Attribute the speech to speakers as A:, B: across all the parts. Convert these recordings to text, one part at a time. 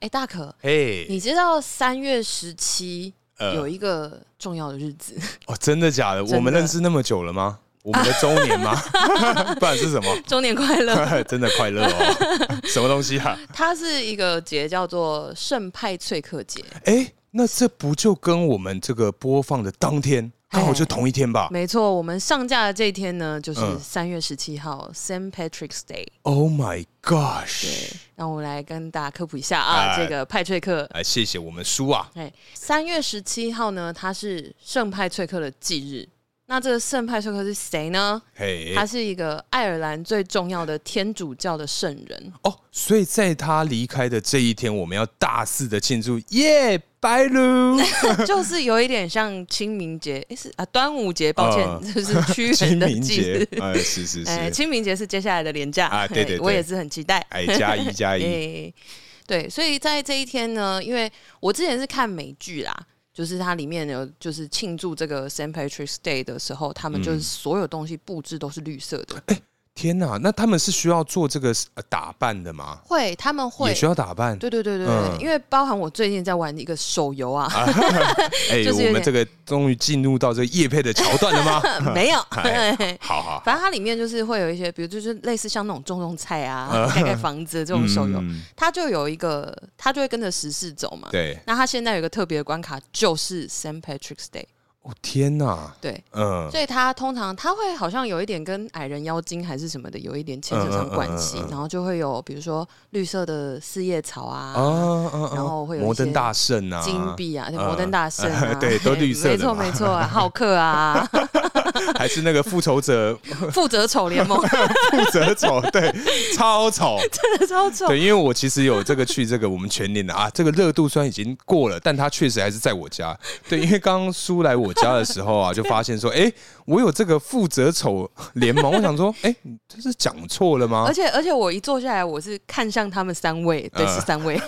A: 哎，大可，
B: 嘿，
A: 你知道三月十七
B: 呃
A: 有一个重要的日 子，
B: 哦，真的假的？
A: 真的
B: 我们认识那么久了吗？我们的周年 吗？不然是什么？
A: 周年快乐。
B: 真的快 乐哦！什么东西啊？
A: 它是一个节，叫做圣派翠克节，
B: 哎，那这不就跟我们这个播放的当天刚好就同一天吧
A: 哎没错。我们上架的这一天呢，就是
B: 嗯
A: 三月十七号、s a i t Patrick's Day。
B: ？Oh my
A: 对
B: gosh！，
A: 让我来跟大家科普一下啊，
B: 哎
A: 这个派翠克。
B: 哎，谢谢我们叔啊！
A: 哎，三月十七号呢，它是圣派翠克的忌日。那这个圣派翠克是谁呢？
B: 嘿，
A: 他是一个爱尔兰最重要的天主教的圣人。
B: 哦，所以在他离开的这一天，我们要大肆的庆祝，耶！拜 喽！
A: 就是有一点像清明节，诶是啊，端午节，抱歉，
B: 嗯
A: 这是屈
B: 清
A: 原的
B: 明
A: 忌
B: 节
A: 日。，
B: 哎，是是
A: 哎，
B: 是，
A: 清明节是接下来的连假，
B: 啊对对
A: 哎
B: 对
A: 我也是很期待。
B: 哎，加一加一，
A: 哎，对，所以在这一天呢，因为我之前是看美剧啦。就是它里面有，就是庆祝这个 St. Patrick's Day 的时候，
B: 嗯
A: 他们就是所有东西布置都是绿色的。
B: 天哪，那他们是需要做这个呃打扮的吗？
A: 会，他们会
B: 也，需要打扮。
A: 对对对对对，
B: 嗯
A: 因为包含我最近在玩一个手游啊，
B: 哎、
A: 就是有
B: 我
A: 点
B: 们这个终于进入到这个叶配的桥段了 吗？
A: 没有，
B: 好好，
A: 反正它里面就是会有一些，比如就是类似像那种种种菜啊、盖盖房子这种手游，
B: 嗯
A: 它就有一个，它就会跟着时事走嘛。
B: 对，
A: 那它现在有一个特别的关卡，就是 St. Patrick's Day，
B: 哦天哪，
A: 对，
B: 嗯，
A: 所以它通常它会好像有一点跟矮人妖精还是什么的有一点牵扯上关系，
B: 嗯嗯嗯嗯嗯
A: 然后就会有比如说绿色的四叶草啊。
B: 啊啊啊
A: 然后会有一些
B: 摩登大圣啊，
A: 金币啊，对
B: 嗯
A: 摩登大圣啊，
B: 对都绿色的
A: 没错
B: 嘛
A: 没错，浩克 啊，
B: 还是那个复仇者
A: 负责丑联盟，
B: 复仇丑，对，超丑，
A: 超丑，
B: 对，因为我其实有这个去这个我们全年的啊，这个热度虽然已经过了，但它确实还是在我家。对，因为刚刚苏来我家的时 候啊，就发现说，哎、我有这个负责丑联盟，我想说，哎、这是讲错了吗
A: 而？且而且我一坐下来，我是看向他们三位，对，
B: 呃
A: 是三 位，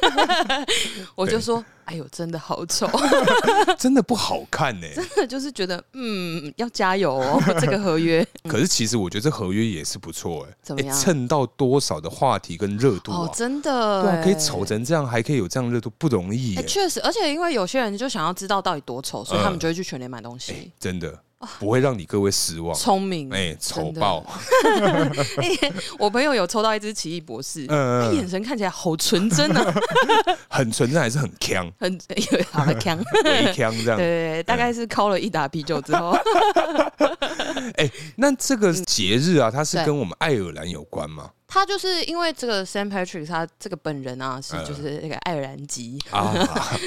A: 我就
B: 对
A: 说：“哎呦，真的好丑，
B: 真的不好看呢、欸
A: 就是觉得嗯，要加油 哦，这个合约。
B: 可是其实我觉得这合约也是不错哎、
A: 嗯怎么样
B: 哎蹭到多少的话题跟热”度
A: 哦
B: 啊，？
A: 真的，
B: 对啊，可以丑。成这样，还可以有这样热度，不容易耶、
A: 哎，确实，而且因为有些人就想要知道到底多丑，所以他们
B: 嗯
A: 就会去全联买东西。
B: 真的不会让你各位失望。
A: 聪明，
B: 哎，丑
A: 真的 哎
B: 爆！！
A: 我朋友有抽到一只奇异博士，
B: 嗯
A: 他眼神看起来好纯真啊，
B: 很存在还是很 强，
A: 很好了，强。
B: 微强这
A: 对对。
B: 样
A: 对，大概是敲了一打啤酒之后，
B: 那这个
A: 嗯
B: 节日啊，它是
A: 对
B: 跟我们爱尔兰有关吗？
A: 他就是因为这个 Sam Patrick，他这个本人啊是
B: 嗯
A: 就是那个爱尔兰籍，
B: 啊，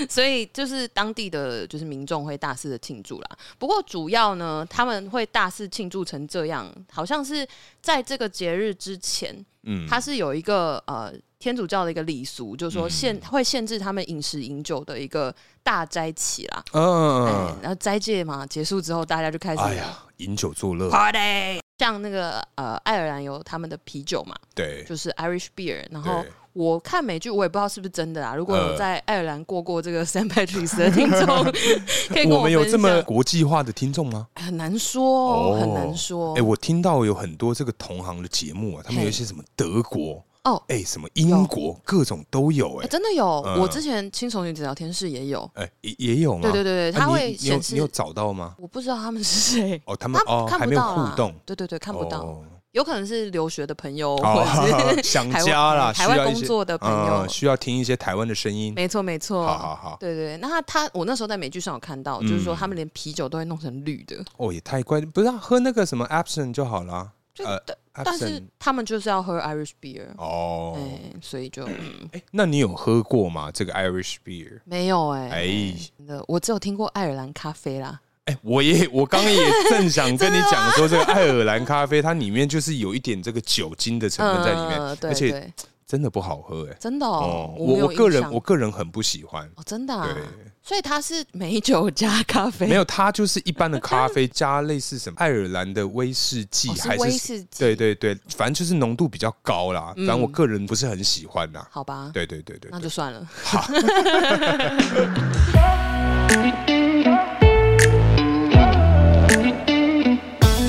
A: 所以就是当地的就是民众会大肆的庆祝啦。不过主要呢，他们会大肆庆祝成这样，好像是在这个节日之前，
B: 嗯，
A: 它是有一个呃天主教的一个礼俗，就是说限会限制他们饮食饮酒的一个大斋期啦。哎
B: 嗯，，
A: 然后斋戒嘛结束之后，大家就开始
B: 哎呀，饮酒作乐，
A: party。像那个呃，爱尔兰有他们的啤酒嘛，
B: 对
A: 就是 Irish beer，然后
B: 对，
A: 我看美剧，我也不知道是不是真的啊。如果
B: 呃
A: 有在爱尔兰过过这个 St. Patrick's 的听 众，可以跟
B: 我
A: 分享。
B: 们有这么国际化的听众吗？
A: 哎很难说哦，
B: 哦
A: 很难说。
B: 哎，我听到有很多这个同行的节目啊，他们有一些什么德国
A: 哦
B: 哎，什么英国，各种都有，
A: 哎
B: 哎
A: 真的有，
B: 嗯
A: 我之前轻熟女子聊天室也有。
B: 哎，也也有吗？
A: 对对对对，
B: 啊，
A: 它
B: 你
A: 会
B: 你有
A: 显
B: 你有
A: 示，
B: 找到吗？
A: 我不知道他们是谁。
B: 哦，他们
A: 他
B: 哦
A: 看
B: 还
A: 不
B: 没有
A: 到
B: 互
A: 啦
B: 动，，
A: 对对对，看不到，
B: 哦
A: 有可能是留学的朋友，或者
B: 哦
A: 是
B: 想
A: 海外
B: 家啦，
A: 海
B: 需要
A: 外
B: 一
A: 工
B: 些
A: 作的朋友
B: 嗯，需要听一些台湾的声音。
A: 没错没错，
B: 好嗯好好，
A: 对对，对那他我那时候在美剧上有看到，就是说他们连啤酒都会弄成绿的，
B: 哦，也太乖，不是啊，喝那个什么 Absent 就好啦。
A: 就、
B: 呃
A: 但但是
B: Absent
A: 他们就是要喝 Irish beer，
B: 哦
A: 哎、，所以就、嗯
B: 哎，那你有喝过吗？这个 Irish beer？
A: 没有哎、
B: 哎
A: 真的，我只有听过爱尔兰咖啡啦，
B: 哎，我也我刚刚也正想跟你讲说，这个爱尔兰咖啡它里面就是有一点这个酒精的成分在里面，
A: 呃对
B: 而且
A: 对，
B: 真的不好喝哎。
A: 真的
B: 哦
A: 哦，，没
B: 我
A: 有
B: 我个
A: 印
B: 人
A: 象
B: 我个人很不 喜欢。
A: 哦真的、啊，
B: 对
A: 所以它是美酒加咖啡，
B: 没
A: 有、
B: 有，它就是一般的咖啡加类似什么爱尔兰的威士忌，
A: 哦、是
B: 还是
A: 威
B: 什
A: 士忌，嗯
B: 对，对对，反正就是浓度比较高啦。反正我个人不是很喜欢啦。
A: 好吧，
B: 对对对对，
A: 那就算了。
B: 好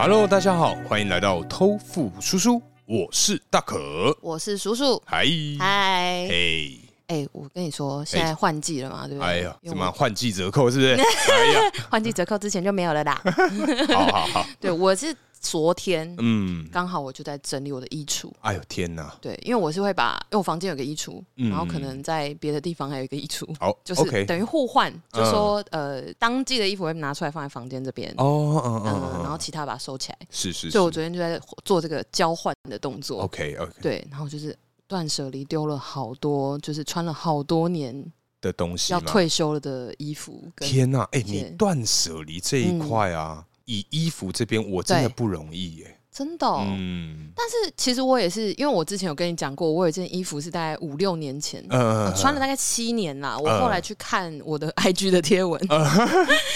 B: Hello，大家好，欢迎来到偷富叔叔，我是大可，
A: 我是叔叔，
B: 嗨，
A: 嗨，
B: 嗯嘿，
A: 哎，我跟你说，现在换季了嘛，对不对？
B: 哎呀，
A: 因为
B: 怎
A: 我
B: 么换季折扣是 不是？哎呀，
A: 换季折扣之前就没有了啦？
B: 好好好，
A: 对，我是昨天
B: 嗯，
A: 刚好我就在整理我的衣橱，
B: 哎呦天哪，
A: 对，因为我是会把，因为我房间有个衣橱，
B: 嗯
A: 然后可能在别的地方还有一个衣橱，
B: 好
A: 就是
B: ，OK，嗯
A: 等于互换，就说呃，当季的衣服会拿出来放在房间这边，
B: 哦，嗯
A: 嗯、
B: 嗯
A: 然后
B: 嗯，
A: 其他把它收起来。
B: 是是
A: 所以我
B: 是哦
A: 昨天就在做这个交换的动作，
B: ，OK OK
A: 对，然后就是断舍离丢了好多，就是穿了好多年
B: 的东西
A: 要
B: 嘛。
A: 退休了的衣服跟，嗯
B: 天呐、哎、
A: 谢
B: 你断舍离这一块啊，以衣服这边我真的不容易耶、
A: 真的、哦。
B: 嗯，
A: 但是其实我也是，因为我之前有跟你讲过，我有一件衣服是大概五六年前，
B: 呃
A: 我哦穿了大概七年啦。
B: 嗯
A: 我后来去看我的 IG 的贴文，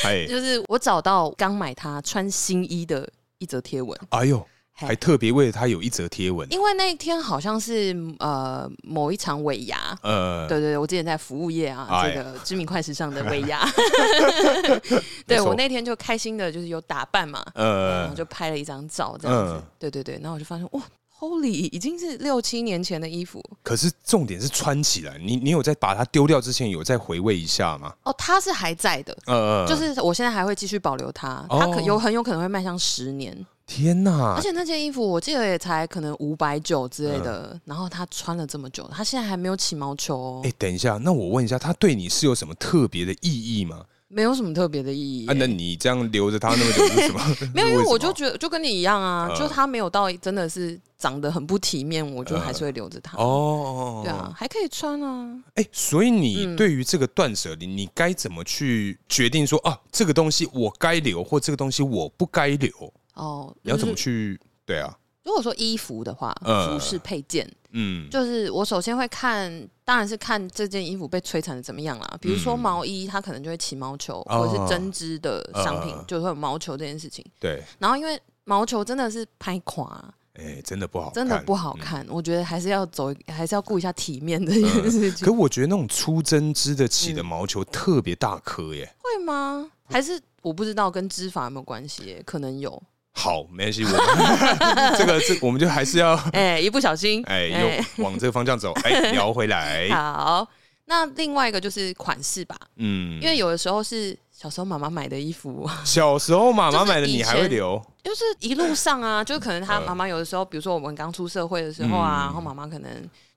B: 哎，
A: 就是我找到刚买它穿新衣的一则贴文，
B: 哎呦，
A: 嘿
B: 还特别为了它有一则贴文，
A: 因为那一天好像是呃某一场尾牙。
B: 呃，
A: 对对对，我之前在服务业啊，
B: 哎
A: 这个知名快时尚的尾 牙，
B: 没
A: 对
B: 错
A: 我那天就开心的，就是有打扮嘛，然后
B: 呃，
A: 嗯就拍了一张照这样子
B: 嗯。
A: 对对对，然后我就发现哇，Holy，已经是六七年前的衣服
B: 可是重点是穿起来，你你有在把它丢掉之前有再回味一下吗？
A: 哦，它是还在的，
B: 呃，
A: 就是我现在还会继续保留它，它可
B: 哦
A: 有很有可能会卖上十年。
B: 天呐、
A: 而且那件衣服我记得也才可能五百九之类
B: 嗯
A: 的，然后他穿了这么久，他现在还没有起毛球哦
B: 哎、，等一下，那我问一下，它对你是有什么特别的意义吗？
A: 没有什么特别的意义
B: 啊，
A: 耶。
B: 那你这样留着它那么久是什么？
A: 没有，因为
B: 什么
A: 我就觉得就跟你一样啊，
B: 呃
A: 就他没有到真的是长得很不体面，我就还是会留着它。
B: 哦哦，哦
A: 对啊，还可以穿啊。
B: 哎、所以
A: 嗯
B: 你对于这个断舍离，你该怎么去决定说啊，这个东西我该留，或这个东西我不该留？
A: 哦，
B: 你要怎么
A: 就是
B: 去？对啊，
A: 如果说衣服的话，
B: 呃
A: 服饰配件，
B: 嗯，
A: 就是我首先会看，当然是看这件衣服被摧残的怎么样啦。比如说毛衣，它可能就会起毛球，
B: 嗯哦
A: 或者是针织的商品
B: 呃
A: 就会有毛球这件事情。
B: 对，
A: 然后因为毛球真的是拍垮，
B: 哎、真的不好哦看，嗯
A: 真的不好看，我觉得还是要走，还是要顾一下体面这件事
B: 嗯。
A: 情，
B: 可我觉得那种粗针织的起
A: 嗯
B: 的毛球特别大颗耶。
A: 会吗？还是我不知道跟织法有没有关系耶，可能 有。
B: 好，没关系，我们 这个这我们就还是要
A: 哎、一不小心，
B: 哎、又往这个方向走，哎、聊回来，
A: 好。那另外一个就是款式吧，
B: 嗯
A: 因，为有的时候是小时候妈妈买的衣服，
B: 小时候妈
A: 就
B: 妈
A: 是
B: 买的
A: 以
B: 你还
A: 前
B: 会留，
A: 就是一路上 啊，就可能他妈妈有的时候，比如说我们刚出社会的时候啊，
B: 嗯
A: 然后妈妈可能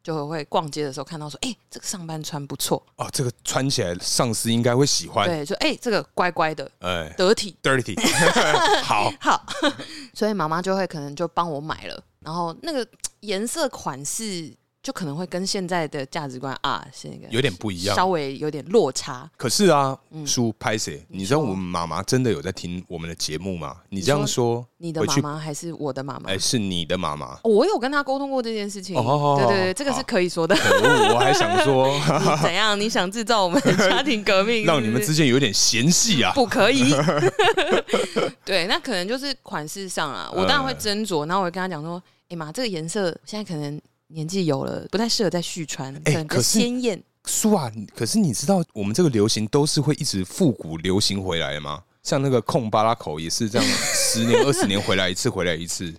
A: 就会逛街的时候看到说，哎、这个上班穿不错，
B: 哦，这个穿起来上司应该会喜欢，
A: 对，就哎、这个乖乖的，
B: 哎、
A: 得体，
B: dirty，好，
A: 好，所以妈妈就会可能就帮我买了，然后那个颜色款式就可能会跟现在的价值观啊，是那个
B: 有点不一样。
A: 稍微有点落差。
B: 可是啊，
A: 嗯
B: 叔拍谁？你知道我们妈妈真的有在听我们的节目吗？你这样说，
A: 你的
B: 回
A: 妈
B: 去
A: 妈还是我的妈妈？。
B: 哎，是你的妈妈
A: 我有跟她沟通过这件事情，
B: 哦好好好
A: 对对对，这个是可以说 的。
B: 可恶，我还想 说，
A: 你怎样？你想制造我们的家庭革命？
B: 让你们
A: 是
B: 之间有点嫌隙啊。
A: 不可 以。 对，那可能就是款式上啊，我当然
B: 嗯
A: 会斟酌，然后我会跟他讲说，哎、妈，这个颜色现在可能年纪有了，不太适合再续穿，可能比较
B: 哎可是
A: 鲜艳。
B: 叔啊，你可是你知道我们这个流行都是会一直复古流行回来的吗？像那个控巴拉口也是 这样，十年二十年回来一次，回来一次。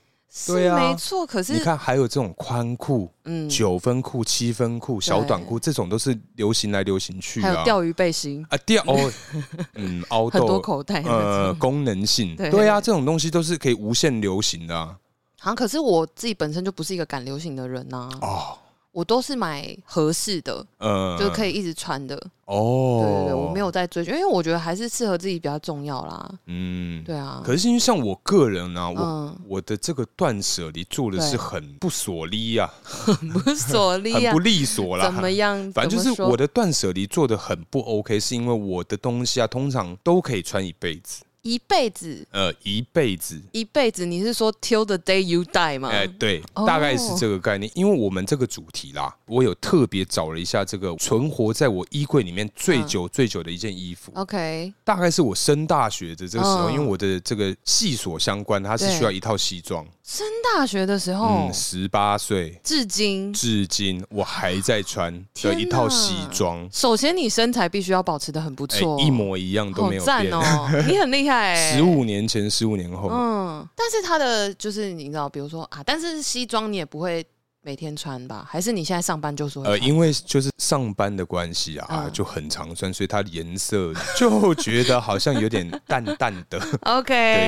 B: 对
A: 是
B: 啊
A: 没错，可
B: 你
A: 是
B: 看，还有这种宽裤、
A: 嗯，
B: 九分裤、七分裤、小短裤，这种都是流行来流行去
A: 还有
B: 啊。
A: 钓鱼背心，
B: 啊，第二哦， 嗯，凹
A: 哎很
B: 豆
A: 多口袋的那
B: 呃
A: 种。
B: 功能性，
A: 对
B: 对啊，这种东西都是可以无限流行的啊。
A: 好、像可是我自己本身就不是一个赶流行的人呐、
B: 哦，
A: 我都是买合适的，
B: 呃
A: 就是可
B: 以
A: 以一直穿的。
B: 哦，
A: 对对对，我没，有在追求，因为我觉得还是适合自己比较重要啦。
B: 嗯，
A: 对啊，
B: 可是因为像我个人呢，我
A: 嗯，
B: 我的这个断舍离做的是
A: 对
B: 很不所利啊，
A: 不是索利
B: 很
A: 亚
B: 不利索
A: 怎么
B: 啦。
A: 样？
B: 反正就
A: 怎
B: 是
A: 么说
B: 我的断舍离做的很不 OK，是因为我的东西啊，通常都可以穿一辈子，
A: 一辈子，
B: 呃，一辈子，
A: 一辈子，你是说 till the day you die 吗？
B: 哎、对，
A: 哦
B: 大概是这个概念。因为我们这个主题啦，我有特别找了一下这个存活在我衣柜里面最
A: 嗯
B: 久最久的一件衣服，
A: OK，
B: 大概是我升大学的这个时候，
A: 嗯
B: 因为我的这个系所相关，它是
A: 对哦
B: 需要一套西装。
A: 升大学的时候
B: 嗯，，十八岁
A: 至今，
B: 至今我还在穿的
A: 天
B: 一套
A: 哪
B: 西装，
A: 首先你身材必须要保持的很嗯不
B: 哎
A: 错，，
B: 一模一样都
A: 好
B: 没有
A: 赞
B: 变。
A: 哦， 你很厉害、欸，
B: 十五年前，十五年后，
A: 嗯，但是它的就是你知道，比如说啊，但是西装你也不会每天穿吧？还是你现在上班就说
B: 呃，因为就是上班的关系啊，
A: 嗯
B: 就很常穿，所以它颜色就觉得好像有点淡淡 的，呃对，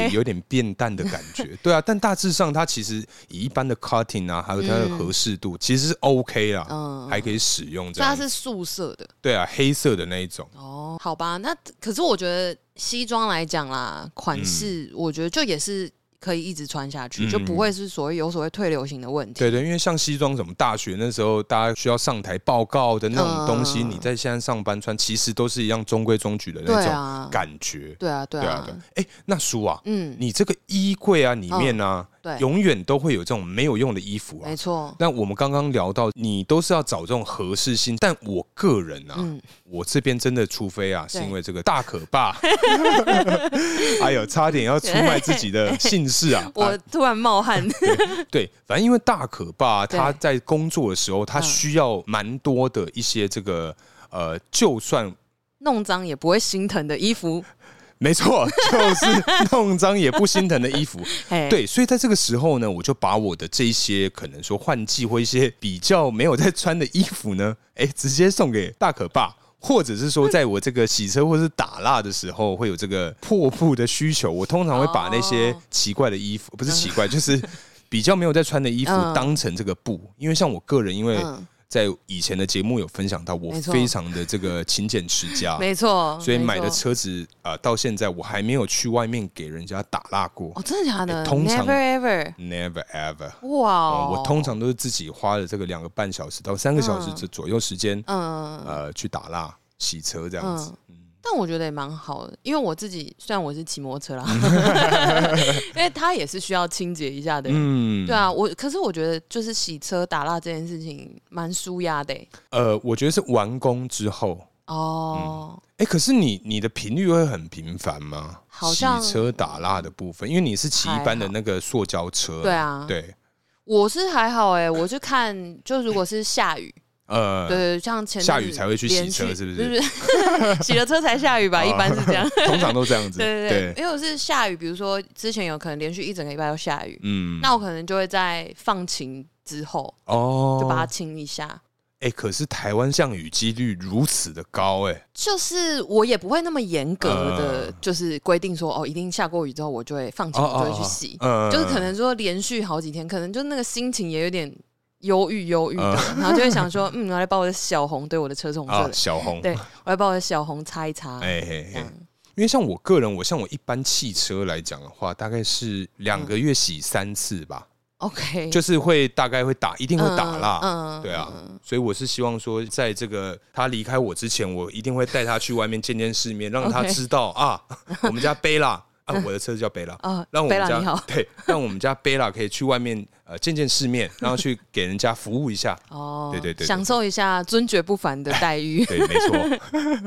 A: OK
B: 有点变淡的感觉。对啊，但大致上它其实以一般的 cutting 啊，还有它的合适度，其实是 OK 啦，
A: 嗯，
B: 还可以使用这
A: 所以它
B: 样。
A: 是素色的
B: 对啊，黑色的那一种，
A: 哦。好吧，那可是我觉得西装来讲啦，款式我觉得就也是可以一直穿下去，
B: 嗯
A: 就不会是所谓有所谓退流行的问题。
B: 对对，啊因为像西装什么，大学那时候大家需要上台报告的那种东西，
A: 嗯
B: 你在现在上班穿，其实都是一样中规中矩的那
A: 对
B: 种
A: 啊，
B: 感觉。
A: 对啊，对
B: 对啊，对
A: 啊，。
B: 哎，那叔啊，
A: 嗯，
B: 你这个衣柜啊里面呢，
A: 对，
B: 永远都会有这种没有用的衣服啊
A: 没。错，
B: 但我们刚刚聊到，你都是要找这种合适性，但我个人啊，
A: 嗯，
B: 我这边真的，除非啊，是
A: 对
B: 因为这个大可 爸，哎呦，差点要出卖自己的姓氏啊！
A: 我
B: 啊
A: 突然冒汗，
B: 对，反正因为大可爸
A: 对
B: 他在工作的时候，他
A: 嗯
B: 需要蛮多的一些这个呃，就算
A: 弄脏也不会心疼的衣服，
B: 没错， 就是弄脏也不心疼的衣服。
A: 嘿，
B: 对，所以在这个时候呢，我就把我的这一些可能说换季或一些比较没有在穿的衣服呢，哎，直接送给大可爸。或者是说，在我这个洗车或是打蜡的时候，会有这个破布的需求，我通常会把那些
A: 哦
B: 奇怪的衣服，不是奇 怪，就是比较没有在穿的衣服
A: 嗯
B: 当成这个布，因为像我个人，因为
A: 嗯，
B: 在以前的节目有分享到，我
A: 没错
B: 非常的这个勤俭持家，
A: 没错，
B: 啊所以
A: 没
B: 买的
A: 错
B: 车子啊、呃到现在我还没有去外面给人家打蜡过。
A: 哦，真的假的？
B: 欸通常
A: never ever，
B: Never ever，、呃
A: 哇哦、
B: 我通常都是自己花了这个两个半小时到三个小时这左右时间，
A: 嗯、
B: 呃，去打蜡、洗车这样子。嗯
A: 但我觉得也蛮好的，因为我自己虽然我是骑摩托车 啦，因为它也是需要清洁一下的。
B: 嗯，
A: 对啊，我可是我觉得就是洗车打蜡这件事情蛮舒压的欸、
B: 呃，我觉得是完工之后，
A: 哦。
B: 哎、可是你你的频率会很频繁吗？
A: 好像
B: 洗车打蜡的部分，因为你是骑一般的那个塑胶车，
A: 对啊，
B: 对，
A: 我是还好哎、我就看就如果是下雨，
B: 呃，
A: 对，像前阵子
B: 下雨才会去洗车
A: 连续
B: 是不是
A: 是？不是 洗了车才下雨吧？
B: 哦
A: 一般是这样。
B: 通常都这样 子，
A: 对对对，因为我是下雨，比如说之前有可能连续一整个礼拜都下雨，
B: 嗯，
A: 那我可能就会在放晴之后
B: 哦，
A: 就把它清一下。
B: 哎、可是台湾降雨几率如此的高、哎，
A: 就是我也不会那么严格的
B: 嗯，
A: 就是规定说哦，一定下过雨之后我就会放晴，我就会去洗。
B: 哦嗯
A: 就是可能说连续好几天，可能就那个心情也有点忧郁忧郁的，然后就会想 说，嗯，我来把我的小红，对我的车是红色
B: 呃啊，
A: 的，
B: 小红，
A: 对我来把我的小红擦一擦。
B: 哎嘿
A: 啊这
B: 嘿
A: 样。
B: 因为像我个人，我像我一般汽车来讲的话，大概是两个月洗三次吧，
A: OK，
B: 就是会大概会打，一定会打蜡，
A: 嗯
B: 对啊，所以我是希望说，在这个他离开我之前，我一定会带他去外面见见世面，让 他
A: OK
B: 知道啊，我们家贝拉啊，我的车子叫贝拉。
A: 啊，
B: 让我
A: 贝
B: 们
A: 拉
B: 家
A: 你好，
B: 对，让我们家贝拉可以去外面呃见见世面，然后去给人家服务一下。
A: 哦，
B: 对对对对
A: 享受一下尊爵不凡的待遇。
B: 对，没错。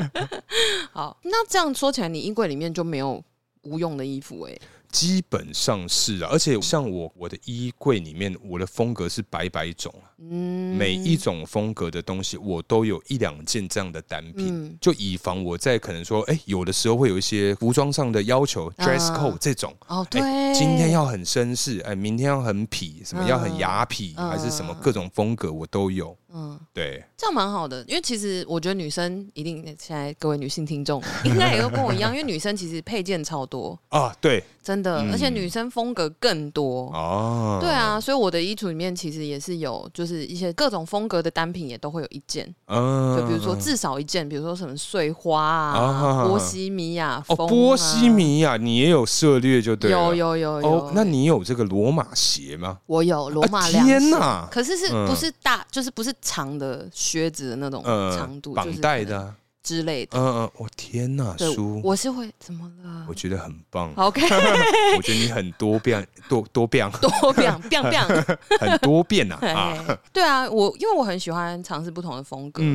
A: 好，那这样说起来，你衣柜里面就没有无用的衣服哎、
B: 基本上是啊，而且像我我的衣柜里面，我的风格是百百种啊，
A: 嗯，
B: 每一种风格的东西我都有一两件这样的单品，
A: 嗯
B: 就以防我在可能说，哎、有的时候会有一些服装上的要求
A: 啊
B: ，dress code 这种。
A: 哦对，
B: 哎今天要很绅士，哎、明天要很痞，什么
A: 嗯
B: 要很雅痞，
A: 嗯
B: 还是什么各种风格我都有。
A: 嗯。
B: 对，
A: 这样蛮好的，因为其实我觉得女生一定，现在各位女性听众啊 应该也都跟我一样，因为女生其实配件超多，
B: 啊，对，
A: 真的，
B: 嗯
A: 而且女生风格更多。
B: 哦，
A: 对，啊，所以我的衣橱里面其实也是有，就是一些各种风格的单品也都会有一件，
B: 嗯
A: 就比如说至少一件，比如说什么碎花
B: 啊
A: 啊、波西米亚
B: 哦
A: 风、，啊、
B: 波西米亚，你也有涉猎就对了。啊
A: 有有有有，
B: 哦，那你有这个罗马鞋吗？
A: 我有罗马
B: 啊
A: 凉
B: 天
A: 鞋，
B: 哪，
A: 可是是
B: 嗯
A: 不是大，就是不是长的靴子的那种哦长度，
B: 呃嗯绑带的
A: 就是可能
B: 啊，
A: 之类的。
B: 嗯嗯，我天哪，
A: 对，
B: 叔，
A: 我哦是会怎么了
B: 我觉得很棒，
A: ？OK，
B: 我觉得你很多变，多 多变，
A: 多变变
B: 啊
A: 变，
B: 很多变呐 啊，
A: 哎对啊，我因为我很喜欢尝试不同的风格，
B: 嗯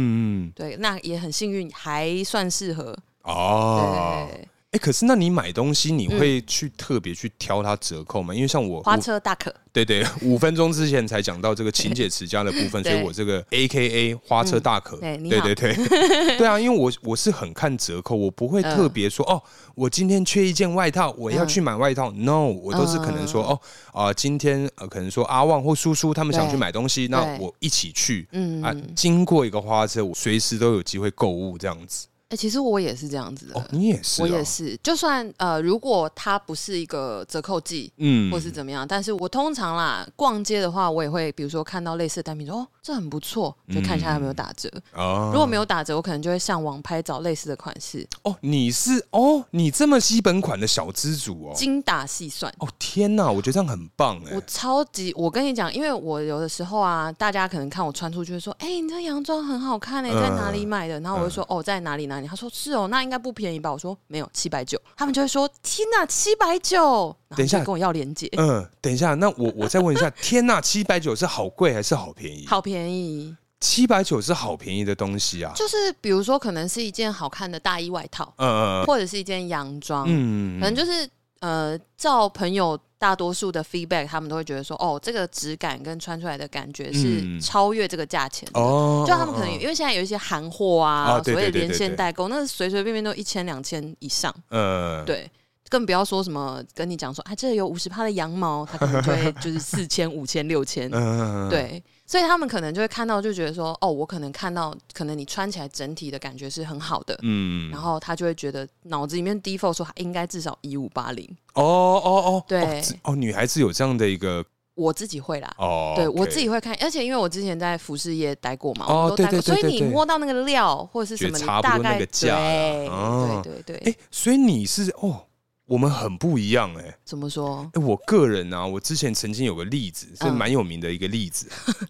B: 嗯，
A: 对，那也很幸运，还算适合，
B: 哦，
A: 对，嗯
B: 哎、可是那你买东西你会去特别去挑它折扣吗？因为像我，
A: 花
B: 我
A: 车大可，
B: 对对， 五分钟之前才讲到这个勤俭持家的部 分，所
A: 对嗯
B: 以我这个 A K A 花车大可，
A: 对你
B: 对
A: 好
B: 对 对，对啊，因为我我是很看折扣，我不
A: 嗯
B: 会特别说、哦，我今天缺一件外套，我要去买外套。No，我
A: 嗯
B: 都是可能说、哦啊、今天呃可能说阿旺或叔叔他们想去
A: 对
B: 买东西，那
A: 对
B: 我一起去。
A: 嗯，
B: 啊
A: 哎、，
B: 经过一个花车，我随时都有机会购物这样子。
A: 哎其实我也是这样子的，
B: 哦，你也是、哦，
A: 呃我也，是，就算呃，如果它不是一个折扣季。
B: 嗯
A: 或是怎么样，但是我通常啦，逛街的话，我也会比如说看到类似的单品，说哦，这很不错，就看一下它有没有打折。
B: 哦
A: 如果没有打折，我可能就会上网拍找类似的款式，
B: 哦，你是哦，你这么基本款的小资主哦，
A: 精打细算。
B: 哦天哪，我觉得这样很棒哎
A: 我，超级，我跟你讲，因为我有的时候啊，大家可能看我穿出去会说，哎、你这洋装很好看哎、
B: 嗯
A: 在哪里买的？然后我就说，哦，在哪里哪里。他说是哦，那应该不便宜吧？我说没有，七百九。他们就会说，天哪，七百九！
B: 等一下
A: 然后就跟我要链接，
B: 嗯，等一下，那我我再问 一下，天呐，七百九是好贵还是好便宜？
A: 好便宜。
B: 七百九是好便宜的东西啊，
A: 就是比如说，可能是一件好看的大衣外套，
B: 嗯嗯
A: 或者是一件洋装，
B: 嗯，
A: 可能就是呃，照朋友大多数的 feedback，他们都会觉得说，哦，这个质感跟穿出来的感觉是
B: 嗯
A: 超越这个价钱的。
B: 哦，
A: 就他们可能有因为现在有一些韩货啊，
B: 啊对
A: 所谓
B: 对对对
A: 连线
B: 对
A: 代购，那是随随便便都一千两千以上，
B: 呃，
A: 对。更不要说什么跟你讲说，哎、啊，这有五十趴的羊毛，它可能就 会就是四千、五千、六千，
B: 嗯，
A: 对，所以他们可能就会看到，就觉得说，哦，我可能看到，可能你穿起来整体的感觉是很好的，
B: 嗯，
A: 然后他就会觉得脑子里面 default 说哎应该至少一五八零，
B: 哦哦哦，
A: 对
B: 哦只哦，女孩子有这样的一个
A: 我自己会啦，
B: 哦，
A: 对
B: OK
A: 我自己会看，而且因为我之前在服饰业待过嘛，
B: 哦
A: 我们都待
B: 对
A: 过，
B: 对对
A: 所以
B: 对
A: 你
B: 对
A: 摸到那个料或者是什么，
B: 觉
A: 你
B: 得差不
A: 大
B: 多
A: 概
B: 那个价啦
A: 对
B: 哦
A: 对对对
B: 哎，，所以你是哦，我们很不一样哎。
A: 怎么说？
B: 欸我个人啊，我之前曾经有个例子是
A: 嗯
B: 蛮有名的一个例子，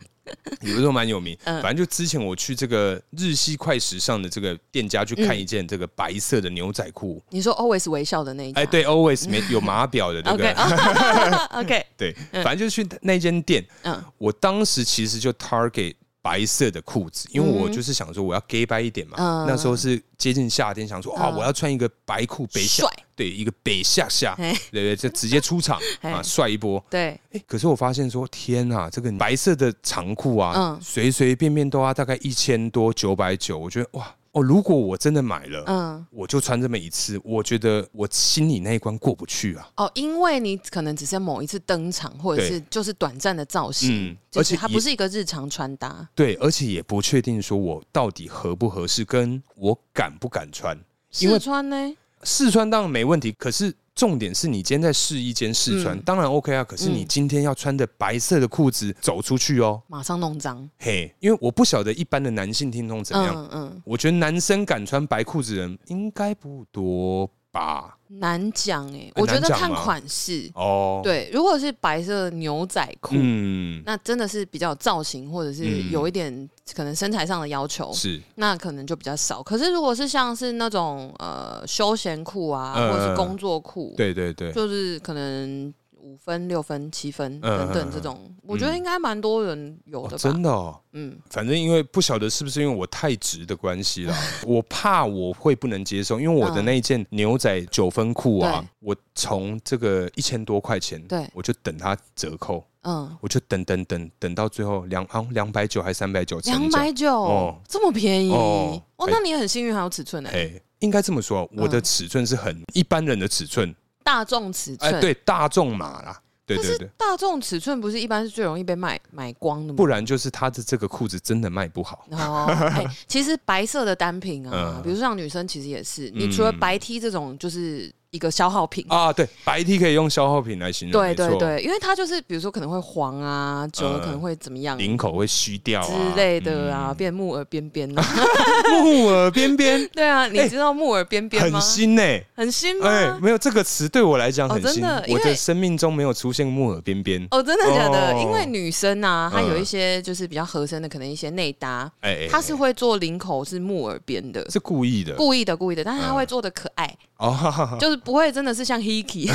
B: 也不是说蛮有名，
A: 嗯
B: 反正就之前我去这个日系快时尚的这个店家去
A: 嗯
B: 看一件这个白色的牛仔裤，
A: 你说 always 微笑的那一家，
B: 哎、对，always 没有码 表的，对不
A: ，OK 哦
B: 对？
A: OK，
B: 对，反正就去那间店，
A: 嗯
B: 我当时其实就 target 白色的裤子，因为我就是想说我要 gay 白一点嘛，
A: 嗯
B: 那时候是接近夏天，想说啊、
A: 嗯
B: 我要穿一个白裤北下
A: 帅，
B: 对，一个北下下，
A: 嘿
B: 对对，就直接出场
A: 嘿
B: 啊，帅一波。
A: 对，
B: 哎、可是我发现说，天啊，这个白色的长裤啊
A: 嗯，
B: 随随、便便都要大概一千多九百九，我觉得哇哦，如果我真的买了，
A: 嗯，
B: 我就穿这么一次，我觉得我心里那一关过不去啊。
A: 哦，因为你可能只是某一次登场，或者
B: 对
A: 是就是短暂的造型
B: 嗯，
A: 就
B: 而
A: 是
B: 且
A: 它
B: 也
A: 不是一个日常穿搭，
B: 对，而且也不确定说我到底合不合适，跟我敢不敢穿。因为
A: 试穿呢？
B: 试穿当然没问题，可是重点是你今天在试衣间试穿，
A: 嗯
B: 当然 OK 啊。可是你
A: 嗯
B: 今天要穿着白色的裤子走出去哦，
A: 马上弄脏，
B: 嘿，因为我不晓得一般的男性听众怎么样。
A: 嗯嗯，
B: 我觉得男生敢穿白裤子的人应该不多吧？
A: 难讲哎，
B: 很
A: 我觉
B: 难
A: 得
B: 讲
A: 看
B: 吗
A: 款式，
B: 哦，，
A: 对，如果是白色牛仔裤，
B: 嗯，
A: 那真的是比较有造型，或者是
B: 嗯
A: 有一点可能身材上的要求，
B: 是，
A: 那可能就比较少。可是如果是像是那种呃休闲裤啊，
B: 嗯
A: 或者是工作裤，
B: 对对对，
A: 就是可能五分、六分、七分
B: 嗯
A: 等等这种，我觉得应该蛮多人有
B: 哦
A: 的吧。
B: 真的哦。
A: 嗯，
B: 反正因为不晓得是不是因为我太直的关 系啦，我怕我会不能接受，因为我的
A: 嗯
B: 那一件牛仔九分裤啊
A: 对，
B: 我从这个一千多块钱，
A: 对
B: 我就等它折扣，
A: 嗯，
B: 我就等等等等到最后两好两百九还三百九，
A: 两百九
B: 哦
A: 这么便宜
B: 哦
A: 哦，那你也很幸运还有尺寸呢，
B: 哎，应该这么说，我
A: 嗯
B: 的尺寸是很一般人的尺寸，
A: 大众尺
B: 哎，
A: 寸。
B: 对，大众码啦，对
A: 但
B: 对
A: 是
B: 对，
A: 大众尺寸不是一般是最容易被卖买光的吗
B: 不？然就是他的这个裤子真的卖不好，
A: 哦，哎、其实白色的单品啊，
B: 嗯
A: 比如说像女生，其实也是，你除了白 T 这种，就是一个消耗品。
B: 啊，对，白 T 可以用消耗品来形容，
A: 对
B: 没错
A: 对，对，因为它就是，比如说可能会黄啊，久了可能会怎么样、
B: 领口会虚掉啊嗯
A: 之类的啊，变木耳边边啊。
B: 木耳边边
A: 对啊，你知道木耳边 边吗？
B: 哎很新呢、
A: 很新吗？
B: 哎、没有这个词对我来讲很
A: 哦真
B: 新，
A: 的因
B: 我
A: 为
B: 的生命中没有出现木耳边边。
A: 哦，真的假的？
B: 哦
A: 因为女生啊，她
B: 嗯
A: 有一些就是比较合身的，可能一些内搭，
B: 哎、哎
A: 她是会做领口是木耳边的，
B: 是故意的
A: 故意的，故意的，但是她会做的可爱，
B: 哦，
A: 就是不会真的是像 Hiki，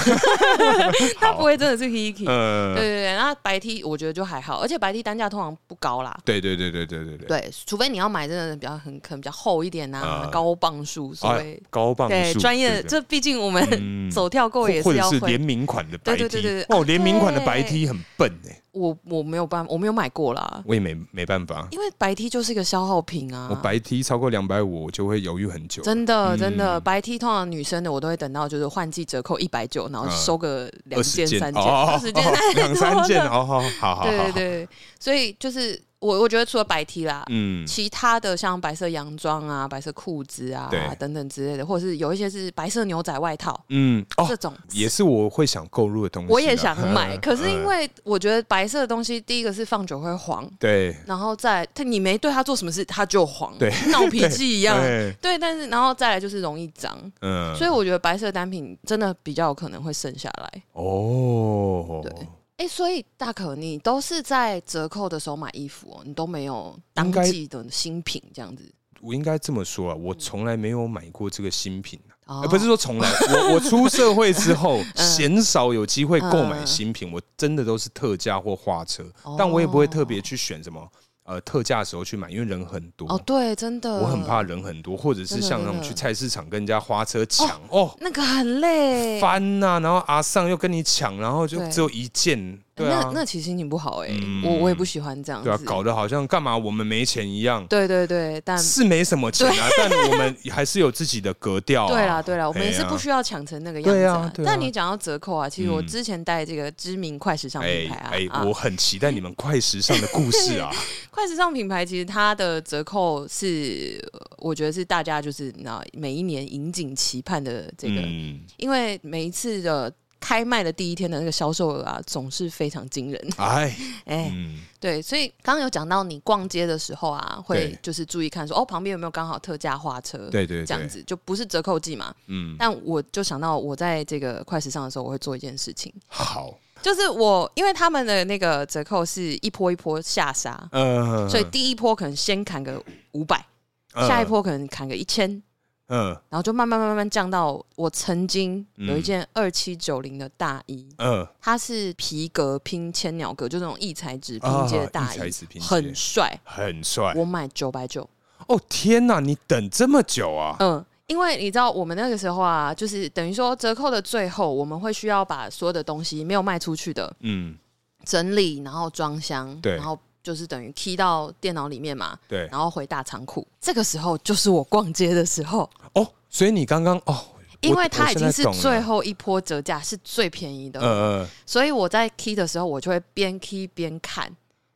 A: 它不会真的是 Hiki。对对
B: 呃，
A: 对，那白 T 我觉得就还好，而且白 T 单价通常不高啦。
B: 对对对对对对对，
A: 对，除非你要买真的比较很可能比较厚一点呐、
B: 啊
A: 高磅数，所
B: 啊
A: 谓、
B: 高磅
A: 对
B: 数
A: 专业的，
B: 对对
A: 这毕竟我们、
B: 嗯
A: 走跳购也
B: 或
A: 是
B: 者
A: 要
B: 是
A: 会
B: 联。名款的白 T，
A: 对对对对啊
B: 哦，联名款的白
A: 对
B: T 很笨哎，
A: 我我没有办法，我没有买过啦，
B: 我也没没办法，
A: 因为白 T 就是一个消耗品啊。
B: 我白啊 T 超过两百五，我就会犹豫很久。
A: 真的真
B: 嗯
A: 的、白 T 通常女生的我都会等到就是换季折扣一百九，然后
B: 嗯
A: 收个两
B: 二十
A: 件三件，
B: 哦
A: 二十件
B: 哦哦两三件，
A: 太多了
B: 哦，好 好好，
A: 对对
B: 好，
A: 对，所以就是我我觉得除了白 T 啦，
B: 嗯，
A: 其他的像白色洋装啊、白色裤子啊
B: 对
A: 等等之类的，或者是有一些是白色牛仔外套、
B: 嗯，哦
A: 这，种，
B: 也是我会想购入的东西啦。
A: 我也想买。
B: 嗯
A: 可是因
B: 嗯
A: 为我觉得白色的东西，第一个是放久会黄，
B: 对
A: 然后再它你没对它做什么事，它就黄，
B: 对，
A: 闹脾气一样。
B: 对，
A: 对，但是然后再来就是容易脏，
B: 嗯，
A: 所以我觉得白色单品真的比较有可能会剩下来。
B: 哦，
A: 对哎、所以大可你都是在折扣的时候买衣服哦，你都没有当
B: 应该
A: 季的新品这样子。
B: 我应该这么说啊，我从来没有买过这个新品啊。
A: 哦
B: 呃不是说从来，我我出社会之后，鲜少有机会购买
A: 嗯
B: 新品，我真的都是特价或花车
A: 哦，
B: 但我也不会特别去选什么呃特价的时候去买，因为人很多
A: 哦，，对，真的，
B: 我很怕人很多，或者
A: 真
B: 是
A: 的
B: 像
A: 真
B: 那种
A: 的
B: 去菜市场跟人家花车抢哦，
A: 那个很累，
B: 翻呐、然后阿尚又跟你抢，然后就
A: 对
B: 只有一件，对啊
A: 那，那其实心情不好哎、
B: 嗯
A: 我我也不喜欢这样子。
B: 对啊，搞得好像干嘛我们没钱一样，
A: 对啊对对，但
B: 是没什么钱啊，但我们还是有自己的格调、啊。
A: 对啦对啦，我们也
B: 哎
A: 是
B: 呀
A: 不需要抢成那个样子、
B: 对啊对啊
A: 但你讲到折扣啊，其实我
B: 嗯
A: 之前带这个知名快时尚
B: 哎
A: 品牌啊，
B: 哎，
A: 啊
B: 我很期待你们快时尚的故事 啊！
A: 快时尚品牌其实它的折扣是，呃我觉得是大家就是那每一年引颈期盼的这个，
B: 嗯
A: 因为每一次的。开卖的第一天的那个销售额啊，总是非常惊人。
B: 哎，
A: 哎、
B: 嗯，
A: 对，所以刚刚有讲到你逛街的时候啊，会
B: 对
A: 就是注意看说哦，旁边有没有刚好特价花车，
B: 对对
A: 这样
B: 对，
A: 子就不是折扣季嘛。
B: 嗯，
A: 但我就想到我在这个快时尚的时候，我会做一件事情，
B: 好，
A: 就是我因为他们的那个折扣是一波一波下杀，
B: 嗯，
A: 所以第一波可能先砍个五百，
B: 嗯
A: 下一，波可能砍个一千，
B: 嗯
A: 然后就慢慢慢慢降到我曾经
B: 嗯
A: 有一件二七九零的大衣，
B: 嗯，
A: 它是皮革拼千鸟革，就那种异材质
B: 啊
A: 拼接的大
B: 异
A: 衣，
B: 材质拼接
A: 很帅，
B: 很帅
A: 我买九百九。
B: 哦！天哪，你等这么久啊？
A: 嗯，因为你知道我们那个时候啊，就是等于说折扣的最后，我们会需要把所有的东西没有卖出去的
B: 嗯，
A: 整理，然后装箱，
B: 对
A: 然后就是等于 key 到电脑里面嘛，
B: 对
A: 然后回大仓库。这个时候就是我逛街的时候，
B: 哦，所以你刚刚哦，
A: 因
B: 我
A: 为它已经是，
B: 我
A: 最
B: 现在懂了
A: 后一波折价，是最便宜的，
B: 呃呃
A: 所以我在 key 的时候，我就会边 key 边看。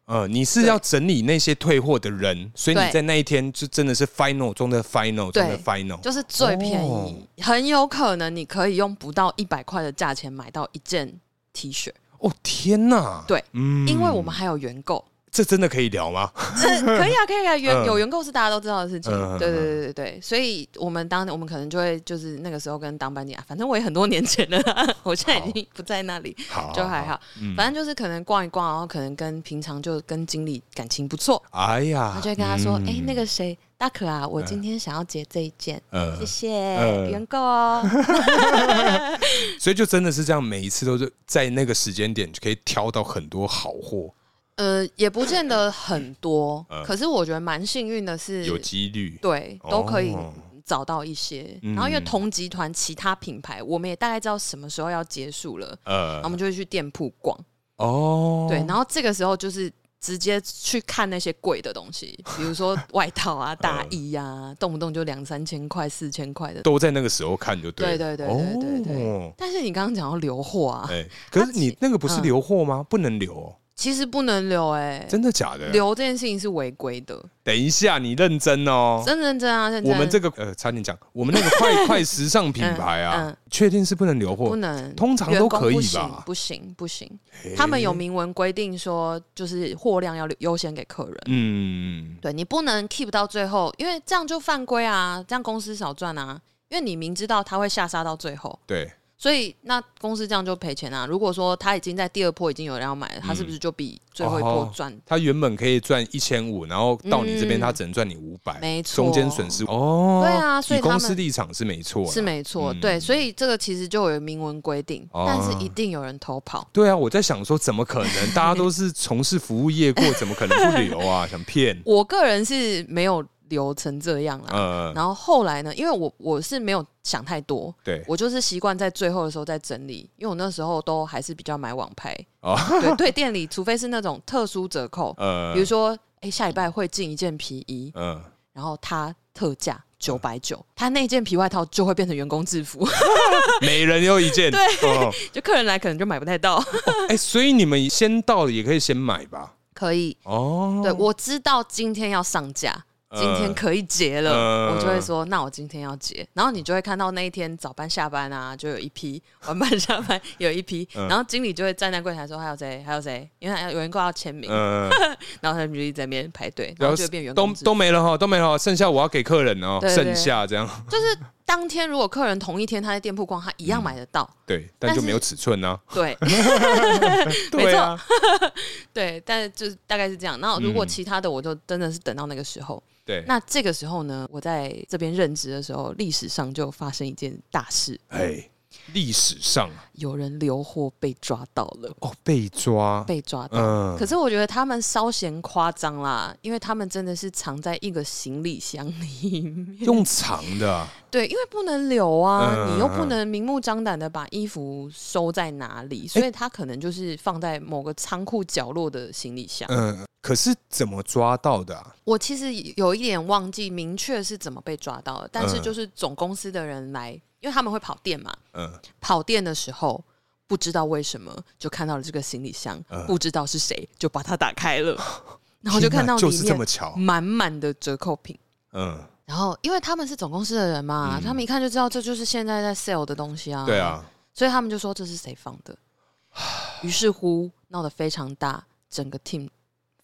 B: 呃，你是要整理那些退货的人，所以
A: 对
B: 你在那一天就真的是 final 中的 final 中的
A: 对
B: final，
A: 就是最便宜，
B: 哦
A: 很有可能你可以用不到一百块的价钱买到一件 T 恤，
B: 哦天哪！
A: 对
B: 嗯
A: 因为我们还有原购，
B: 这真的可以聊吗？
A: 可以啊，可以啊，原
B: 嗯
A: 有原购是大家都知道的事情，
B: 嗯嗯嗯
A: 对对对对对，所以我们当我们可能就会就是那个时候跟当班长，啊反正我也很多年前了啦， 我现在已经不在那里，
B: 好，嗯
A: 就还好，反正就是可能逛一逛，然后可能跟平常就跟经理感情不错，
B: 哎呀，
A: 然后就会跟他说，
B: 嗯
A: 哎、那个谁大可啊，我今天想要结这一件，
B: 呃
A: 谢，谢
B: 嗯
A: 原购哦，
B: 所以就真的是这样，每一次都是在那个时间点就可以挑到很多好货，
A: 呃，也不见得很多，
B: 嗯
A: 可是我觉得蛮幸运的是，
B: 有几率。
A: 对，都可以
B: 哦
A: 找到一些。
B: 嗯
A: 然后因为同集团其他品牌，我们也大概知道什么时候要结束了，然后我
B: 呃，
A: 们就会去店铺逛。
B: 哦，
A: 嗯对，然后这个时候就是。直接去看那些贵的东 西，比如说外套啊、大衣
B: 嗯
A: 啊，动不动就两三千块、四千块的。
B: 都在那个时候看就
A: 对
B: 了
A: 对对对对对
B: 哦
A: 但是你刚刚讲到留货啊，
B: 哎，可是
A: 它其
B: 你那个不是
A: 嗯
B: 留货吗？不能留哦，
A: 其实不能留哎、
B: 真的啊假的？
A: 留这件事情是违规的，
B: 等一下，你认真哦。
A: 真认真啊，认真。
B: 我们这个呃，差点讲，我们那个 快快时尚品牌
A: 嗯
B: 啊
A: 嗯，
B: 确定是不能留
A: 不
B: 货，
A: 能，
B: 通常都
A: 员工
B: 可以
A: 不行
B: 吧？
A: 不行不行，
B: 嘿
A: 他们有明文规定说，就是货量要优先给客人。
B: 嗯，
A: 对你不能 keep 到最后，因为这样就犯规啊，这样公司少赚啊。因为你明知道他会下杀到最后，
B: 对，
A: 所以那公司这样就赔钱啊。如果说他已经在第二波已经有人要买了，他是不是就比最后一波
B: 嗯哦
A: 赚？
B: 他原本可以赚一千五，然后到你这
A: 嗯
B: 边他只能赚你五百，
A: 没错
B: 中间损失哦。
A: 对啊所以
B: 以公
A: 他
B: 司
A: 们
B: 立场是没错啦，
A: 是没错，
B: 嗯
A: 对，所以这个其实就有明文规定，
B: 哦
A: 但是一定有人偷跑。
B: 对啊，我在想说，怎么可能？大家都是从事服务业过，怎么可能不留啊？ 想骗？
A: 我个人是没有留成这样啦。
B: 呃，
A: 然后后来呢，因为我我是没有想太多，
B: 对，
A: 我就是习惯在最后的时候再整理，因为我那时候都还是比较买网拍，
B: 哦
A: 对对，店里除非是那种特殊折扣，
B: 呃
A: 比如，说哎、诶下礼拜会进一件皮衣，
B: 嗯，
A: 然后它特价九百九，它那件皮外套就会变成员工制服，
B: 每人有一件。对，哎、
A: 就客人来可能就买不太到。
B: 所以你们先到的也可以先买吧？
A: 可以，
B: 哦，
A: 对我知道今天要上架。
B: 呃
A: 今天可以结了，
B: 呃
A: 我就会说，那我今天要结。然后你就会看到那一天早班下班啊，就有一批；晚班下班有一 批。
B: 嗯
A: 然后经理就会站在柜台说：“还有谁？还有谁？”因为还有有人过要签名，
B: 嗯，
A: 然后他们就一直在那边排队，然后就会变员
B: 都
A: 工制。
B: 都没了哈，都没了哈，剩下我要给客人哦，
A: 对对
B: 剩下这样，
A: 就是当天如果客人同一天他在店铺逛，他一样买得到。
B: 对，
A: 但
B: 但
A: 是
B: 就没有尺寸啊。
A: 对 没错
B: 对啊，
A: 对，但是就是大概是这样。然后如果
B: 嗯
A: 其他的，我就真的是等到那个时候。
B: 对，
A: 那这个时候呢，我在这边任职的时候，历史上就发生一件大事，
B: 哎，历史上
A: 有人留货被抓到了，
B: 哦被抓，
A: 被抓到。
B: 嗯
A: 可是我觉得他们稍嫌夸张啦，因为他们真的是藏在一个行李箱里面。
B: 用长的啊，
A: 对，因为不能留啊，
B: 嗯
A: 你又不能明目张胆的把衣服收在哪
B: 哎
A: 里，所以他可能就是放在某个仓库角落的行李箱。
B: 嗯，可是怎么抓到的啊？
A: 我其实有一点忘记明确是怎么被抓到的，但是
B: 嗯
A: 就是总公司的人来，因为他们会跑店嘛，
B: 嗯，
A: 跑店的时候。不知道为什么就看到了这个行李箱，
B: 嗯
A: 不知道是谁就把它打开 了，然后就看到
B: 天哪就
A: 里
B: 是这么
A: 面
B: 巧，
A: 满满的折扣品。
B: 嗯，
A: 然后因为他们是总公司的人嘛，
B: 嗯
A: 他们一看就知道这就是现在在 sale 的东西啊。
B: 对啊，
A: 所以他们就说这是谁放 的，于是乎闹得非常大，整个 team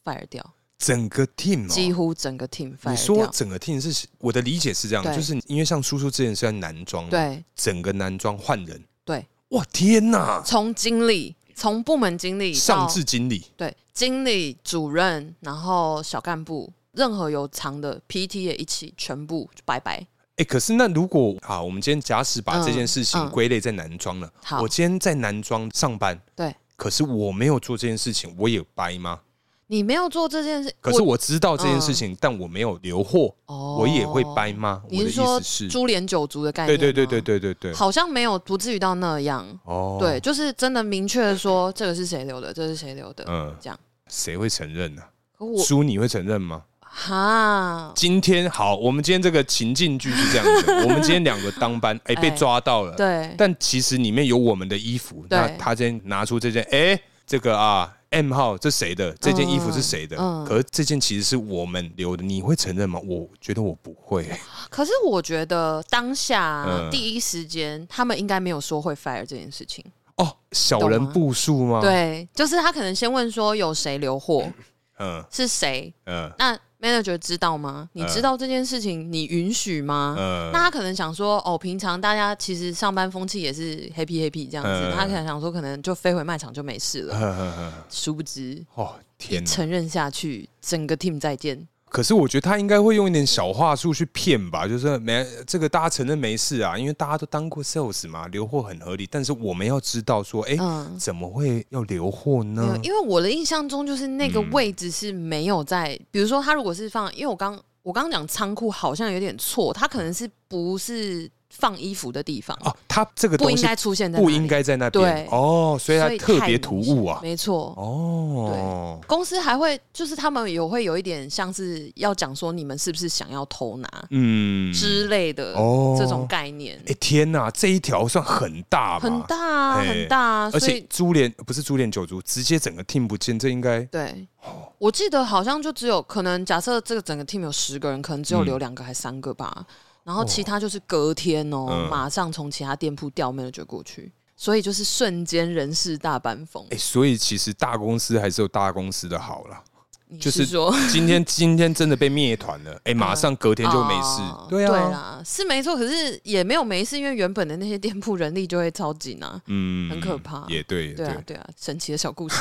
A: fire 掉，
B: 整个 team 哦
A: 几乎整个 team
B: 你
A: fire
B: 说
A: 掉。
B: 整个 team 是我的理解是这样，
A: 对
B: 就是因为像叔叔之前是在男装嘛，
A: 对
B: 整个男装换人，
A: 对，
B: 哇天哪，
A: 从经理，从部门经理
B: 上
A: 到
B: 至经理，
A: 对经理、主任，然后小干部，任何有长的 PT 也一起全部就拜拜。
B: 哎、可是那如果好，我们今天假使把
A: 嗯
B: 这件事情
A: 嗯
B: 归类在男装了，
A: 好
B: 我今天在男装上班，
A: 对
B: 可是我没有做这件事情，我也掰吗？
A: 你没有做这件事，
B: 可是我知道这件事情，但我没有留货，
A: 嗯哦
B: 我也会掰。吗？我
A: 你
B: 的
A: 是
B: 意
A: 说
B: 思是，
A: 株连九族的概
B: 对
A: 念？
B: 对对对，对对对，
A: 好像没有，不至于到那样。
B: 哦，
A: 对，，就是真的明确地说这个是谁留的，这是谁留的。
B: 嗯
A: 这样。
B: 谁会承认呢、
A: 可我
B: 叔，你会承认吗？
A: 哈，
B: 今天好，我们今天这个情境剧是这样 子，我们今天两个当班，哎、
A: 哎
B: 被抓到了，
A: 对
B: 但其实里面有我们的衣服，
A: 对
B: 那他今天拿出这件，哎、这个啊，M 号这谁的？这件衣服是谁的？
A: 嗯
B: 可是这件其实是我们留的，你会承认吗？我觉得我不会，
A: 可是我觉得当下、啊
B: 嗯
A: 第一时间，他们应该没有说会 fire 这件事情。
B: 哦，小人步数吗？，
A: 对，就是他可能先问说有谁留货，
B: 嗯
A: 是谁？
B: 嗯
A: 那 manager 知道吗？你知道这件事情，你允许吗？那
B: 嗯，
A: 他可能想说，哦，平常大家其实上班风气也是 happy happy 这样子，
B: 嗯
A: 他可能想说，可能就飞回卖场就没事了。
B: 嗯
A: 殊不知，
B: 哦，天哪！
A: 承认下去，整个 team 再见。
B: 可是我觉得他应该会用一点小话术去骗吧，就是没这个大家承认没事啊，因为大家都当过 sales 嘛，留货很合理。但是我们要知道说，哎、
A: 嗯，
B: 怎么会要留货
A: 没有
B: 呢，？
A: 因为我的印象中就是那
B: 嗯
A: 个位置是没有在，比如说他如果是放，因为我刚我刚刚讲仓库好像有点错，他可能是不是放衣服的地方，
B: 哦，他这个
A: 不
B: 东
A: 应
B: 西
A: 该出现在那
B: 不
A: 里
B: 应，该在那
A: 对
B: 边哦，所以它
A: 所以
B: 特
A: 太
B: 别
A: 明
B: 突
A: 显
B: 兀啊。
A: 没错。
B: 哦，
A: 公司还会，就是他们也会有一点像是要讲说你们是不是想要偷拿
B: 嗯，
A: 之类的
B: 哦
A: 这种概念，
B: 哎、天哪，这一条算很大吧？
A: 很大啊
B: 嘿
A: 很大啊，所
B: 而且
A: 以
B: 株连不是株连九族，直接整个 team 不见，这应该
A: 对，
B: 哦
A: 我记得好像就只有可能假设这个整个 team 有十个人，可能
B: 嗯
A: 只有留两个还三个吧，然后其他就是隔天哦，
B: 哦嗯
A: 马上从其他店铺调 manager 过去，所以就是瞬间人事大搬风
B: 哎、。所以其实大公司还是有大公司的好啦。
A: 你
B: 就是是
A: 说
B: 今天今天真的被灭团了，哎、马上隔天就没事，
A: 哦
B: 对啊，
A: 啊啦，是没错，可是也没有没事，因为原本的那些店铺人力就会超紧啊。
B: 嗯
A: 很可怕
B: 也对，
A: 对啊，对啊，神奇的小故事。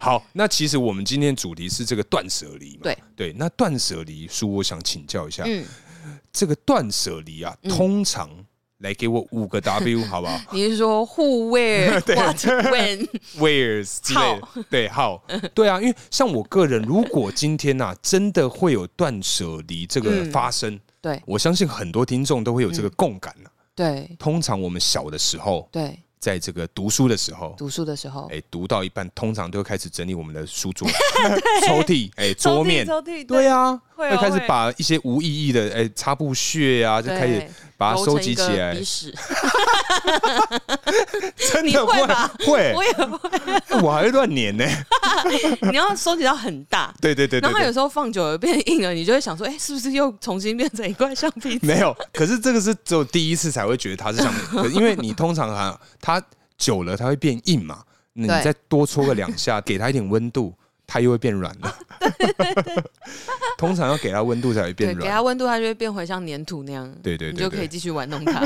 B: 好，那其实我们今天主题是这个断舍离嘛，
A: 对
B: 那断舍离叔，我想请教一下，
A: 嗯，
B: 这个断舍离啊，通常来给我五个 W 好不好
A: 你是说 who where what when？
B: ？Where's 之类的， 对，好，对啊，因为像我个人，如果今天呐、啊、真的会有断舍离这个
A: 嗯
B: 发生，
A: 对
B: 我相信很多听众都会有这个共感、啊
A: 对
B: 通常我们小的时候，
A: 对，
B: 在这个读书的时候，
A: 读书的时候
B: 哎、，读到一半，通常都会开始整理我们的书 桌、抽屉、哎、桌面。
A: 抽屉
B: 对啊，
A: 会
B: 会
A: 哦
B: 开始
A: 会
B: 把一些无意义的，哎、擦布屑啊，就开始
A: 对
B: 把它
A: 揉
B: 收
A: 成
B: 集
A: 一
B: 起
A: 个
B: 来
A: 鼻。屎，
B: 真
A: 你
B: 的
A: 会吧
B: 会，哎
A: 我也会。
B: 我还会乱粘呢。
A: 你要收集到很大，
B: 对对对
A: 然
B: 对
A: 后它有
B: 对，
A: 时候放久了变硬了，你就会想说，哎，是不是又重新变成一块橡 皮
B: 没有。可是这个是只有第一次才会觉得它是橡皮，可是因为你通常啊，它久了它会变硬嘛，那你
A: 对
B: 再多搓个两下，给它一点温度，它又会变软 了。 通常要给它温度才会变
A: 对，给
B: 软。
A: 它温度，它就会变回像粘土那样。
B: 对对对
A: 你就
B: 对
A: 可以继续玩弄 它。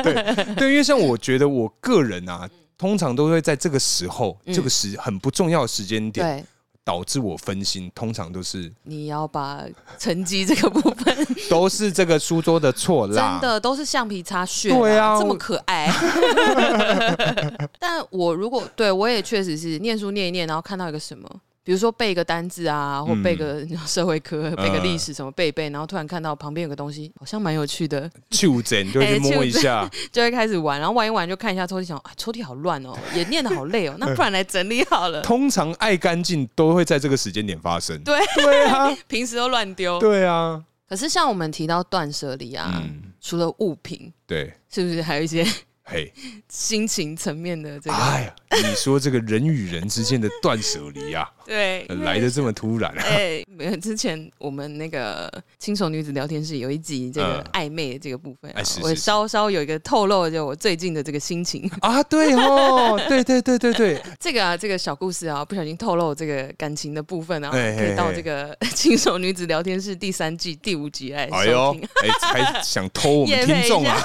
B: 对，因为像我觉得我个人啊，通常都会在这个时候，
A: 嗯
B: 这个时很不重要的时间点，
A: 对，
B: 导致我分心，通常都是
A: 你要把成绩这个部 分，
B: 都是这个书桌的错啦。
A: 真的都是橡皮擦屑啦，
B: 对啊
A: 这么
B: 我
A: 可爱。 但我如果对我也确实是念书念一念，然后看到一个什么。比如说背一个单字啊，
B: 嗯
A: 或背个社会科、背个历史什么背一背，然后突然看到旁边有个东西，好像蛮有趣的，
B: 袖珍
A: 哎
B: 就会去摸一下，
A: 就会开始玩，然后玩一玩就看一下抽屉，想啊抽屉好乱哦， 也念的好累哦，那不然来整理好 了。
B: 通常爱干净都会在这个时间点发生。
A: 对
B: 对 啊，
A: 平时都乱丢，
B: 对啊，
A: 可是像我们提到断舍离啊，
B: 嗯，
A: 除了物品，
B: 对，
A: 是不是还有一些
B: 嘿，
A: 心情层面的这个？
B: 哎呀，你说这个人与人之间的断舍离啊，
A: 对，因为
B: 来的这么突然啊，
A: 哎，没有。之前我们那个轻熟女子聊天室有一集这个
B: 嗯
A: 暧昧的这个部分啊、
B: 哎是
A: 我
B: 是是
A: 稍稍有一个透露，就我最近的这个心情。
B: 啊，对哦，对对对 对对，
A: 这个啊，这个小故事啊，不小心透露这个感情的部分啊，
B: 哎
A: 可以到
B: 嘿嘿
A: 这个轻熟女子聊天室第三季第五集来
B: 哎
A: 收
B: 呦
A: 听。，
B: 哎，还想偷我们听众啊，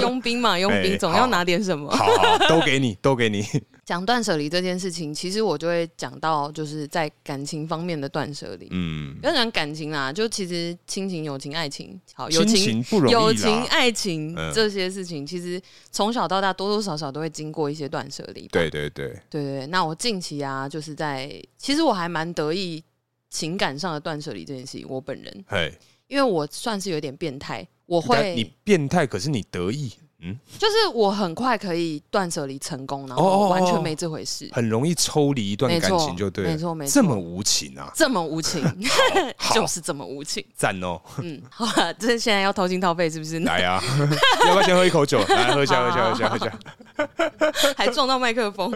A: 佣兵嘛，佣兵
B: 哎
A: 总
B: 好
A: 要拿点什么。
B: 好好，都给你，都给你，
A: 讲断舍离这件事情，其实我就会讲到，就是在感情方面的断舍离。
B: 嗯
A: 不，要讲感情啦，就其实亲情、友情、爱情，好友
B: 亲
A: 情、
B: 情不容
A: 友
B: 易
A: 情、哎
B: 啦，
A: 爱情、
B: 嗯
A: 这些事情，其实从小到大多多少少都会经过一些断舍离。
B: 对对对，
A: 对对对，那我近期啊，就是在其实我还蛮得意情感上的断舍离这件事情，我本人，
B: 嘿，
A: 因为我算是有点变态，我
B: 但你
A: 会
B: 变态，可是你得意，嗯，
A: 就是我很快可以断舍离成功，然
B: 哦哦
A: 后
B: 哦
A: 完全没这回事，
B: 很容易抽离一段
A: 没
B: 感
A: 错
B: 情，就对了
A: 没错没错，
B: 这么无情啊，
A: 这么无 情，
B: 好
A: 就是这么无情。
B: 赞哦，
A: 嗯，好了，这现在要掏心掏肺是不是？
B: 来啊呀、 要不要先喝一口酒？来喝一
A: 好
B: 下，喝一下，喝一下，喝一 下。
A: 还撞到麦克风。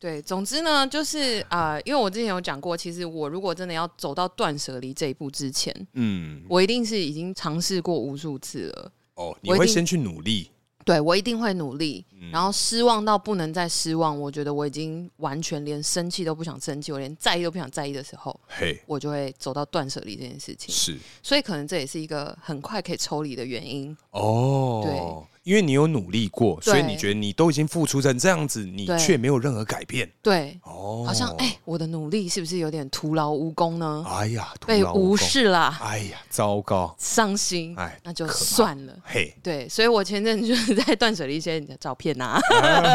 A: 对，总之呢，就是啊、呃因为我之前有讲过，其实我如果真的要走到断舍离这一步之前，
B: 嗯，
A: 我一定是已经尝试过无数次了。
B: 哦，你
A: 我一
B: 会
A: 定
B: 先去努力，
A: 对我一定会努力，
B: 嗯
A: 然后失望到不能再失望。我觉得我已经完全连生气都不想生气，我连在意都不想在意的时候，
B: 嘿，
A: 我就会走到断舍离这件事情。
B: 是
A: 所以可能这也是一个很快可以抽离的原因。
B: 哦，对，因为你有努力过，所以
A: 对
B: 你觉得你都已经付出成这样子，你
A: 对
B: 却没有任何改变，
A: 对，
B: 哦，
A: 好像哎、，我的努力是不是有点徒劳无功呢？
B: 哎呀，徒
A: 被
B: 劳无
A: 无
B: 功，
A: 视啦，
B: 哎呀，糟糕，
A: 伤心，
B: 哎，
A: 那就
B: 可怕
A: 算了。
B: 嘿，
A: 对，所以我前阵子就是在断舍离一些你的照片啊，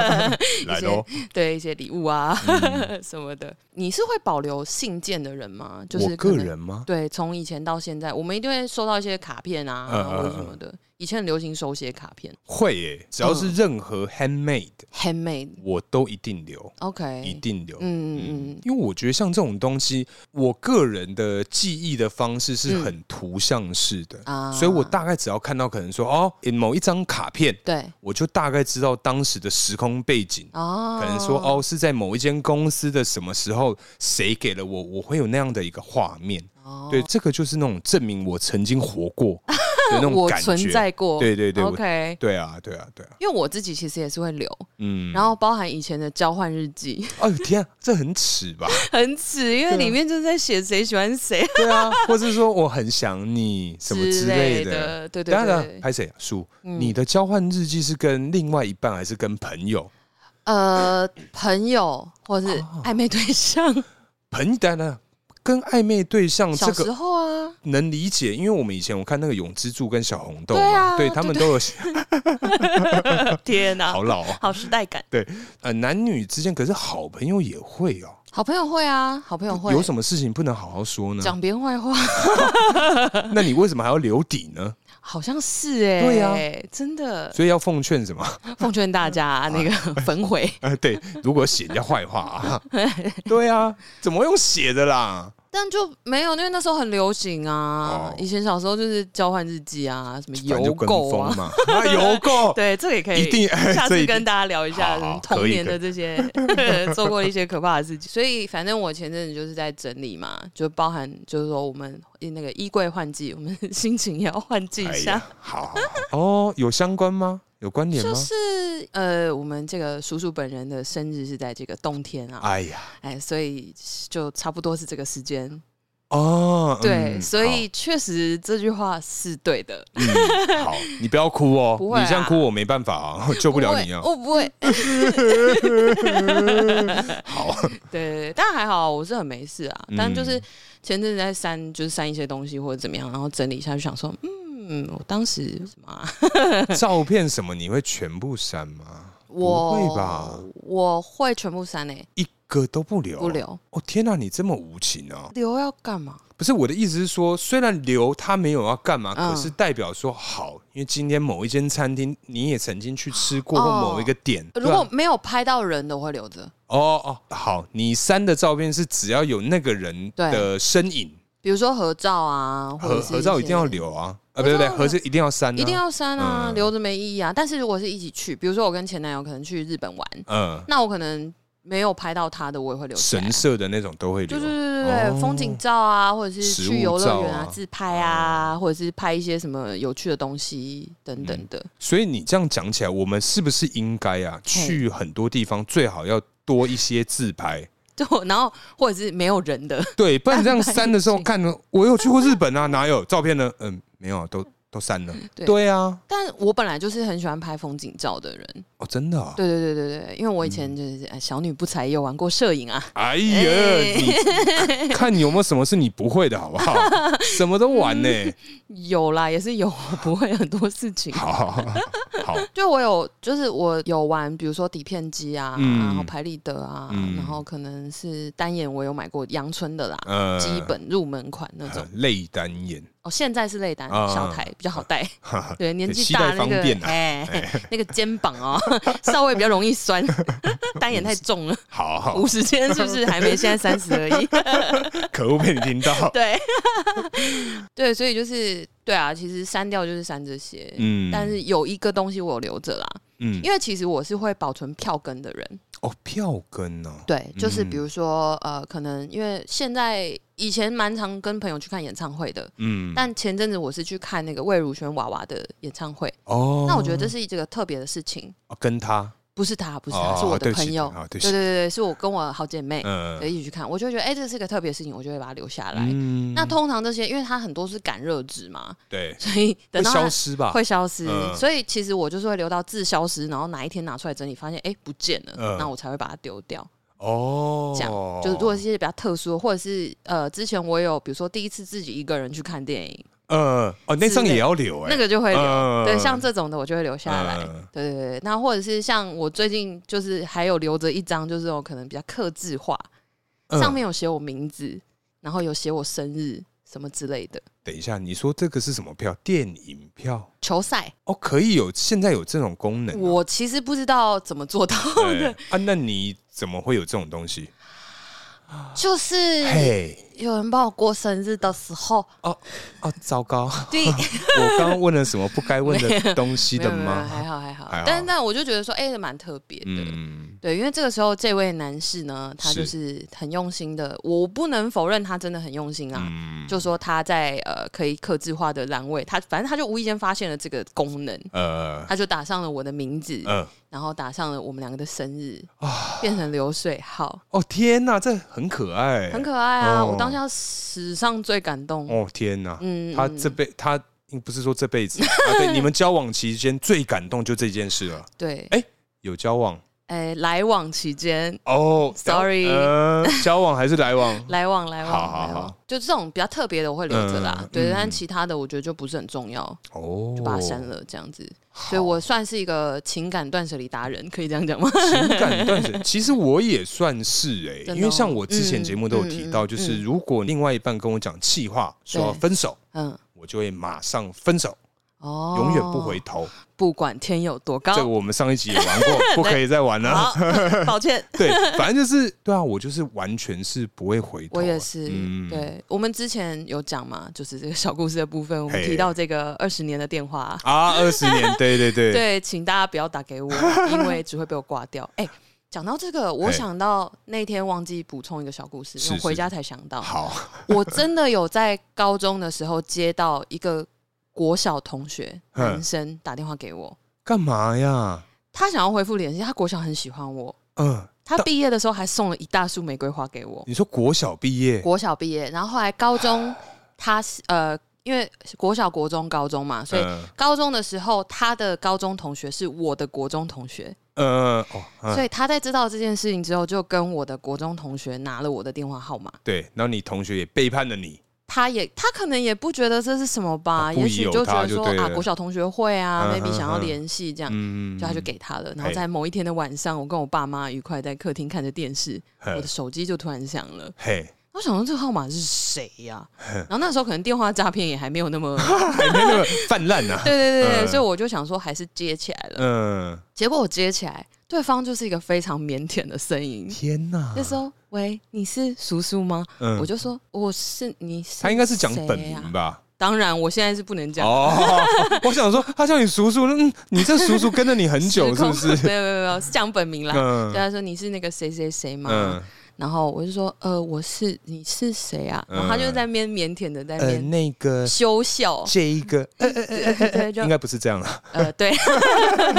B: 来喽，
A: 对一些礼物啊、
B: 嗯
A: 什么的。你是会保留信件的人吗？就是
B: 我
A: 可
B: 个
A: 能
B: 人吗？
A: 对，从以前到现在，我们一定会收到一些卡片啊，
B: 嗯嗯
A: 或者什么的。以前很流行手写卡片
B: 会耶，只要
A: 嗯
B: 是任何 handmade，
A: ，handmade。
B: 我都一定留，一
A: OK，
B: 定留，
A: 哎嗯嗯嗯，
B: 因为我觉得像这种东西，我个人的记忆的方式是很图像式的，
A: 嗯啊
B: 所以我大概只要看到可能说哦，某一张卡片，
A: 对
B: 我就大概知道当时的时空背景。
A: 哦，
B: 可能说哦，是在某一间公司的什么时候，谁给了我，我会有那样的一个画面。
A: 哦
B: 对，这个就是那种证明我曾经活过那种
A: 我
B: 感
A: 存
B: 觉
A: 在过，
B: 对对对我
A: OK。
B: 对啊，对啊，对啊，
A: 因为我自己其实也是会留，
B: 嗯，
A: 然后包含以前的交换日记，
B: 哎呦天啊，这很耻吧？
A: 很耻，因为
B: 对啊
A: 里面就是在写谁喜欢谁
B: 对啊，或是说我很想你什么之
A: 类
B: 类的。，
A: 对对
B: 当然啊
A: 对嗯
B: 了，。拍谁叔？你的交换日记是跟另外一半还是跟朋友？
A: 呃，朋友或是
B: 哦
A: 暧昧对象，
B: 朋当然了跟暧昧对象哦这
A: 小
B: 个
A: 时候啊，
B: 能理解，因为我们以前我看那个永之助跟小红豆
A: 对
B: 嘛，
A: 啊
B: 对他们都有
A: 天哪
B: 呃好老哦。
A: 好时代感。
B: 呃，男女之间可是好朋友也会哦。
A: 好朋友会啊，好朋友会
B: 有什么事情不能好好说呢？
A: 讲别人坏话，
B: 那你为什么还要留底呢？
A: 好像是哎、
B: 对啊，
A: 真的
B: 所以要奉劝什么？
A: 奉劝大家、啊那个 焚毁。
B: 呃，对，如果写人家坏话 啊，对啊，怎么用写的啦？
A: 但就没有，因为那时候很流行啊。
B: 哦
A: 以前小时候就是交换日记啊，什么
B: 反正
A: 邮
B: 就跟
A: 购啊
B: 风，嘛， 啊，邮购，
A: 对，这个也可以，
B: 一定 哎
A: 下
B: 这一
A: 次
B: 定
A: 跟大家聊一下嗯
B: 好好
A: 童
B: 可以
A: 年
B: 可
A: 的这些 做过一些可怕的事情。所以反正我前阵子就是在整理嘛，就包含就是说我们那个衣柜换季，我们心情也要换季一
B: 哎
A: 下
B: 呀。，好好好哦，有相关吗？有关联
A: 就
B: 吗？
A: 是呃，我们这个叔叔本人的生日是在这个冬天啊，
B: 哎呀，
A: 哎，所以就差不多是这个时间。
B: 嗯哦，
A: 对，
B: 嗯
A: 所以确实这句话是对的，
B: 好嗯， 好，你不要哭哦，
A: 不会啊
B: 你这样哭我没办法啊， 救不了你啊。
A: 我不会。
B: 好，
A: 对对，对，但还好，我是很没事啊。
B: 嗯
A: 但就是前阵子在删，就是删一些东西或者怎么样，然后整理一下，就想说，嗯，我当时什么啊、
B: 照片什么你会全部删吗？
A: 我
B: 不会吧？
A: 我会全部删诶、
B: 一个都不留，
A: 不。留
B: 哦，天哪、你这么无情啊！
A: 留要干嘛？
B: 不是我的意思是说，虽然留他没有要干嘛，
A: 嗯
B: 可是代表说好，因为今天某一间餐厅你也曾经去吃过，
A: 哦
B: 或某一个点。
A: 如
B: 对啊
A: 果没有拍到人的，我会留着。
B: 哦哦好，你删的照片是只要有那个人
A: 对
B: 的身影，
A: 比如说合照啊，或
B: 合
A: 者是
B: 合照一
A: 些
B: 定要，留啊，啊
A: 合
B: 不对不对，
A: 照
B: 合照一定要删、啊，
A: 一定，要删啊，
B: 嗯
A: 留着没意义啊。但是如果是一起去，比如说我跟前男友可能去日本玩，
B: 嗯，
A: 那我可能没有拍到他的，我也会留下来
B: 神社的那种都会
A: 对
B: 留
A: 对，对对对，
B: 哦
A: 风景照啊，或者是
B: 食
A: 去
B: 物
A: 游乐园
B: 照
A: 啊
B: 啊、嗯
A: 自拍啊，或者是拍一些什么有趣的东西等等的。
B: 所以你这样讲起来，我们是不是应该啊，去很多地方最好要多一些自拍？
A: 就然后或者是没有人的，
B: 对，不然这样删的时候
A: 单
B: 看，我有去过日本啊，哪有照片呢？嗯，没有啊，都都删了。
A: 对
B: 对啊，
A: 但我本来就是很喜欢拍风景照的人。
B: 哦，真的啊。
A: 对对对对对，因为我以前就是、哎小女不才也有玩过摄影啊，
B: 哎呀，
A: 哎
B: 你 看你有没有什么是你不会的，好 不好？什么都玩呢。
A: 嗯有啦，也是有， 我不会很多事情。
B: 好好好好，
A: 就我有，就是我有玩，比如说底片机啊，
B: 嗯
A: 然后拍立得啊，
B: 嗯
A: 然后可能是单眼，我有买过阳春的啦，
B: 呃，
A: 基本入门款那种
B: 呃。泪单眼，
A: 哦，现在是内胆
B: 啊
A: 小台比较好 带，
B: 哈哈
A: 对，年纪
B: 携
A: 大
B: 带
A: 那
B: 方
A: 个
B: 便啊
A: 哎， 那个肩膀哦，稍微比较容易酸， 单眼太重了，
B: 好好
A: 五，十斤是不是还没？现在三十 而已，
B: 可恶被你听到。
A: 对，对，所以就是对啊，其实删掉就是删这些，
B: 嗯
A: 但是有一个东西我有留着啦，
B: 嗯，
A: 因为其实我是会保存票根的人，
B: 哦，票根呢？
A: 对，就是比
B: 嗯
A: 如说呃，可能因为现在以前蛮常跟朋友去看演唱会的。
B: 嗯，
A: 但前阵子我是去看那个魏如萱娃娃的演唱会，
B: 哦，
A: 那我觉得这是一个特别的事情，
B: 哦跟他，
A: 不是他，不是他，
B: 哦
A: 是我
B: 对
A: 的
B: 不起
A: 朋友，
B: 哦
A: 对
B: 对不
A: 对
B: 起
A: 对对，是我跟我好姐妹、
B: 嗯
A: 对一起去看，我就会觉得哎、这是个特别的事情，我就会把它留下来。
B: 嗯
A: 那通常这些，因为它很多是赶热值嘛，
B: 对
A: 所以等
B: 会
A: 到它
B: 消失吧？
A: 会消失、
B: 嗯
A: 所以其实我就是会留到自消失，然后哪一天拿出来整理，发现哎、不见了，
B: 嗯
A: 那、我才会把它丢掉。
B: 哦，
A: 这样就是如果是一些比较特殊的，或者是呃，之前我有比如说第一次自己一个人去看电影，
B: 呃哦，那张
A: 之类
B: 也要留哎，
A: 那个就会留、
B: 嗯
A: 对，像这种的我就会留下来。
B: 嗯
A: 对对对，那或者是像我最近就是还有留着一张，就是我可能比较克制化，
B: 嗯
A: 上面有写我名字，然后有写我生日什么之类的。
B: 等一下，你说这个是什么票？电影票
A: 球赛，
B: 哦，可以有，现在有这种功能哦。
A: 我其实不知道怎么做到
B: 对
A: 的。
B: 啊，那你怎么会有这种东西？
A: 就是
B: 嘿，
A: 有人帮我过生日的时 候，
B: 哦哦，糟糕，
A: 对，
B: 我刚刚问了什么不该问的东西
A: 没有
B: 的
A: 没有还
B: 吗？
A: 好还好
B: 还好，
A: 但但我就觉得说，哎、蛮特别的。
B: 嗯，
A: 对，因为这个时候这位男士呢，他
B: 是
A: 就是很用心的，我不能否认他真的很用心啊。
B: 嗯
A: 就说他在呃可以刻字化的栏位，他反正他就无意间发现了这个功能，
B: 呃
A: 他就打上了我的名字，
B: 呃，
A: 然后打上了我们两个的生日，
B: 啊
A: 变成流水号，
B: 哦天哪，这很可爱，
A: 很可爱啊！
B: 哦
A: 我当下史上最感动，
B: 哦天哪，
A: 嗯，
B: 他这辈他不是说这辈子，啊 对，你们交往期间最感动就这件事了，
A: 对，
B: 哎有交往
A: 哎，来往期间，
B: 哦
A: Sorry
B: 呃，交往还是来往
A: 来往来往，
B: 好好
A: 来往
B: 好
A: 就这种比较特别的我会留着啦，
B: 嗯
A: 对，
B: 嗯
A: 但其他的我觉得就不是很重要，
B: 哦，
A: 就把它删了这样子，所以我算是一个情感断舍离达人，可以这样 讲吗？
B: 情感 断舍，其实我也算是
A: 真
B: 哎、
A: 的哦
B: 因为像我之前节目都有提
A: 嗯
B: 到，
A: 嗯嗯
B: 就是如果另外一半跟我讲气话，说要分手，
A: 嗯，
B: 我就会马上分手，
A: 哦，
B: 永远不回，头。
A: 不管天有多
B: 这个
A: 高，
B: 我们上一集也玩过，不可以再玩 了。
A: 好，抱歉，
B: 对，反正就是对啊，我就是完全是不会回头。
A: 我也是，
B: 嗯
A: 对我们之前有讲嘛，就是这个小故事的部分，我们
B: 嘿
A: 提到这个二十年的电话，
B: 啊，二十年，对对对，
A: 对，请大家不要打给 我，因为只会被我挂掉。哎、讲到这个，我
B: 嘿
A: 想到那天忘记补充一个小故事，
B: 是
A: 我回
B: 是
A: 家才想到，
B: 好，
A: 我真的有在高中的时候接到一个国小同学
B: 嗯
A: 男生打电话给我，
B: 干嘛呀？
A: 他想要恢复联系，他国小很喜欢我，
B: 嗯，
A: 他
B: 到
A: 毕业的时候还送了一大束玫瑰花给我。
B: 你说国小毕业，
A: 国小毕业，然后后来高中他是呃，因为国小、国中、高中嘛，所以
B: 嗯
A: 高中的时候他的高中同学是我的国中同学，
B: 呃哦，嗯
A: 所以他在知道这件事情之后，就跟我的国中同学拿了我的电话号码。
B: 对，然后你同学也背叛了你，
A: 他也他可能也不觉得这是什么吧，
B: 啊
A: 也许
B: 不疑
A: 就
B: 有
A: 觉
B: 他
A: 得
B: 就
A: 说
B: 对了
A: 啊，国小同学会啊、
B: 嗯
A: m a y b e
B: 嗯
A: 想要
B: 嗯
A: 联系这样，
B: 嗯，
A: 就他就给他了。然后
B: 嘿
A: 在某一天的晚上，我跟我爸妈愉快在客厅看着电视，
B: 嘿
A: 我的手机就突然响了。
B: 嘿，
A: 我想说这个号码是谁呀、然后那时候可能电话诈骗也还没有那 么，。
B: 还没那个泛滥呢
A: 对对对对，
B: 嗯
A: 所以我就想说还是接起来了。
B: 嗯，
A: 结果我接起来，对方就是一个非常腼腆的声音，
B: 天哪！
A: 就说：“喂，你是叔叔吗？”
B: 嗯
A: 我就说：“啊我是你是、
B: 他应该是讲本名？吧？
A: 当然，我现在是不能讲。
B: 哦， 我想说，他叫你叔叔，嗯，你这叔叔跟了你很 久
A: 时
B: 是
A: 空
B: 不是？
A: 没有没有没有，是讲本名啦。对啊
B: 嗯
A: 他说你是那个谁谁谁嘛，
B: 嗯，
A: 然后我就说呃我是你是谁啊？然后他
B: 嗯
A: 就在那边腼腆的在那
B: 呃，
A: 边
B: 那个
A: 羞笑，
B: 这一个，呃呃呃
A: 对对就
B: 应该不是这样了。
A: 呃对，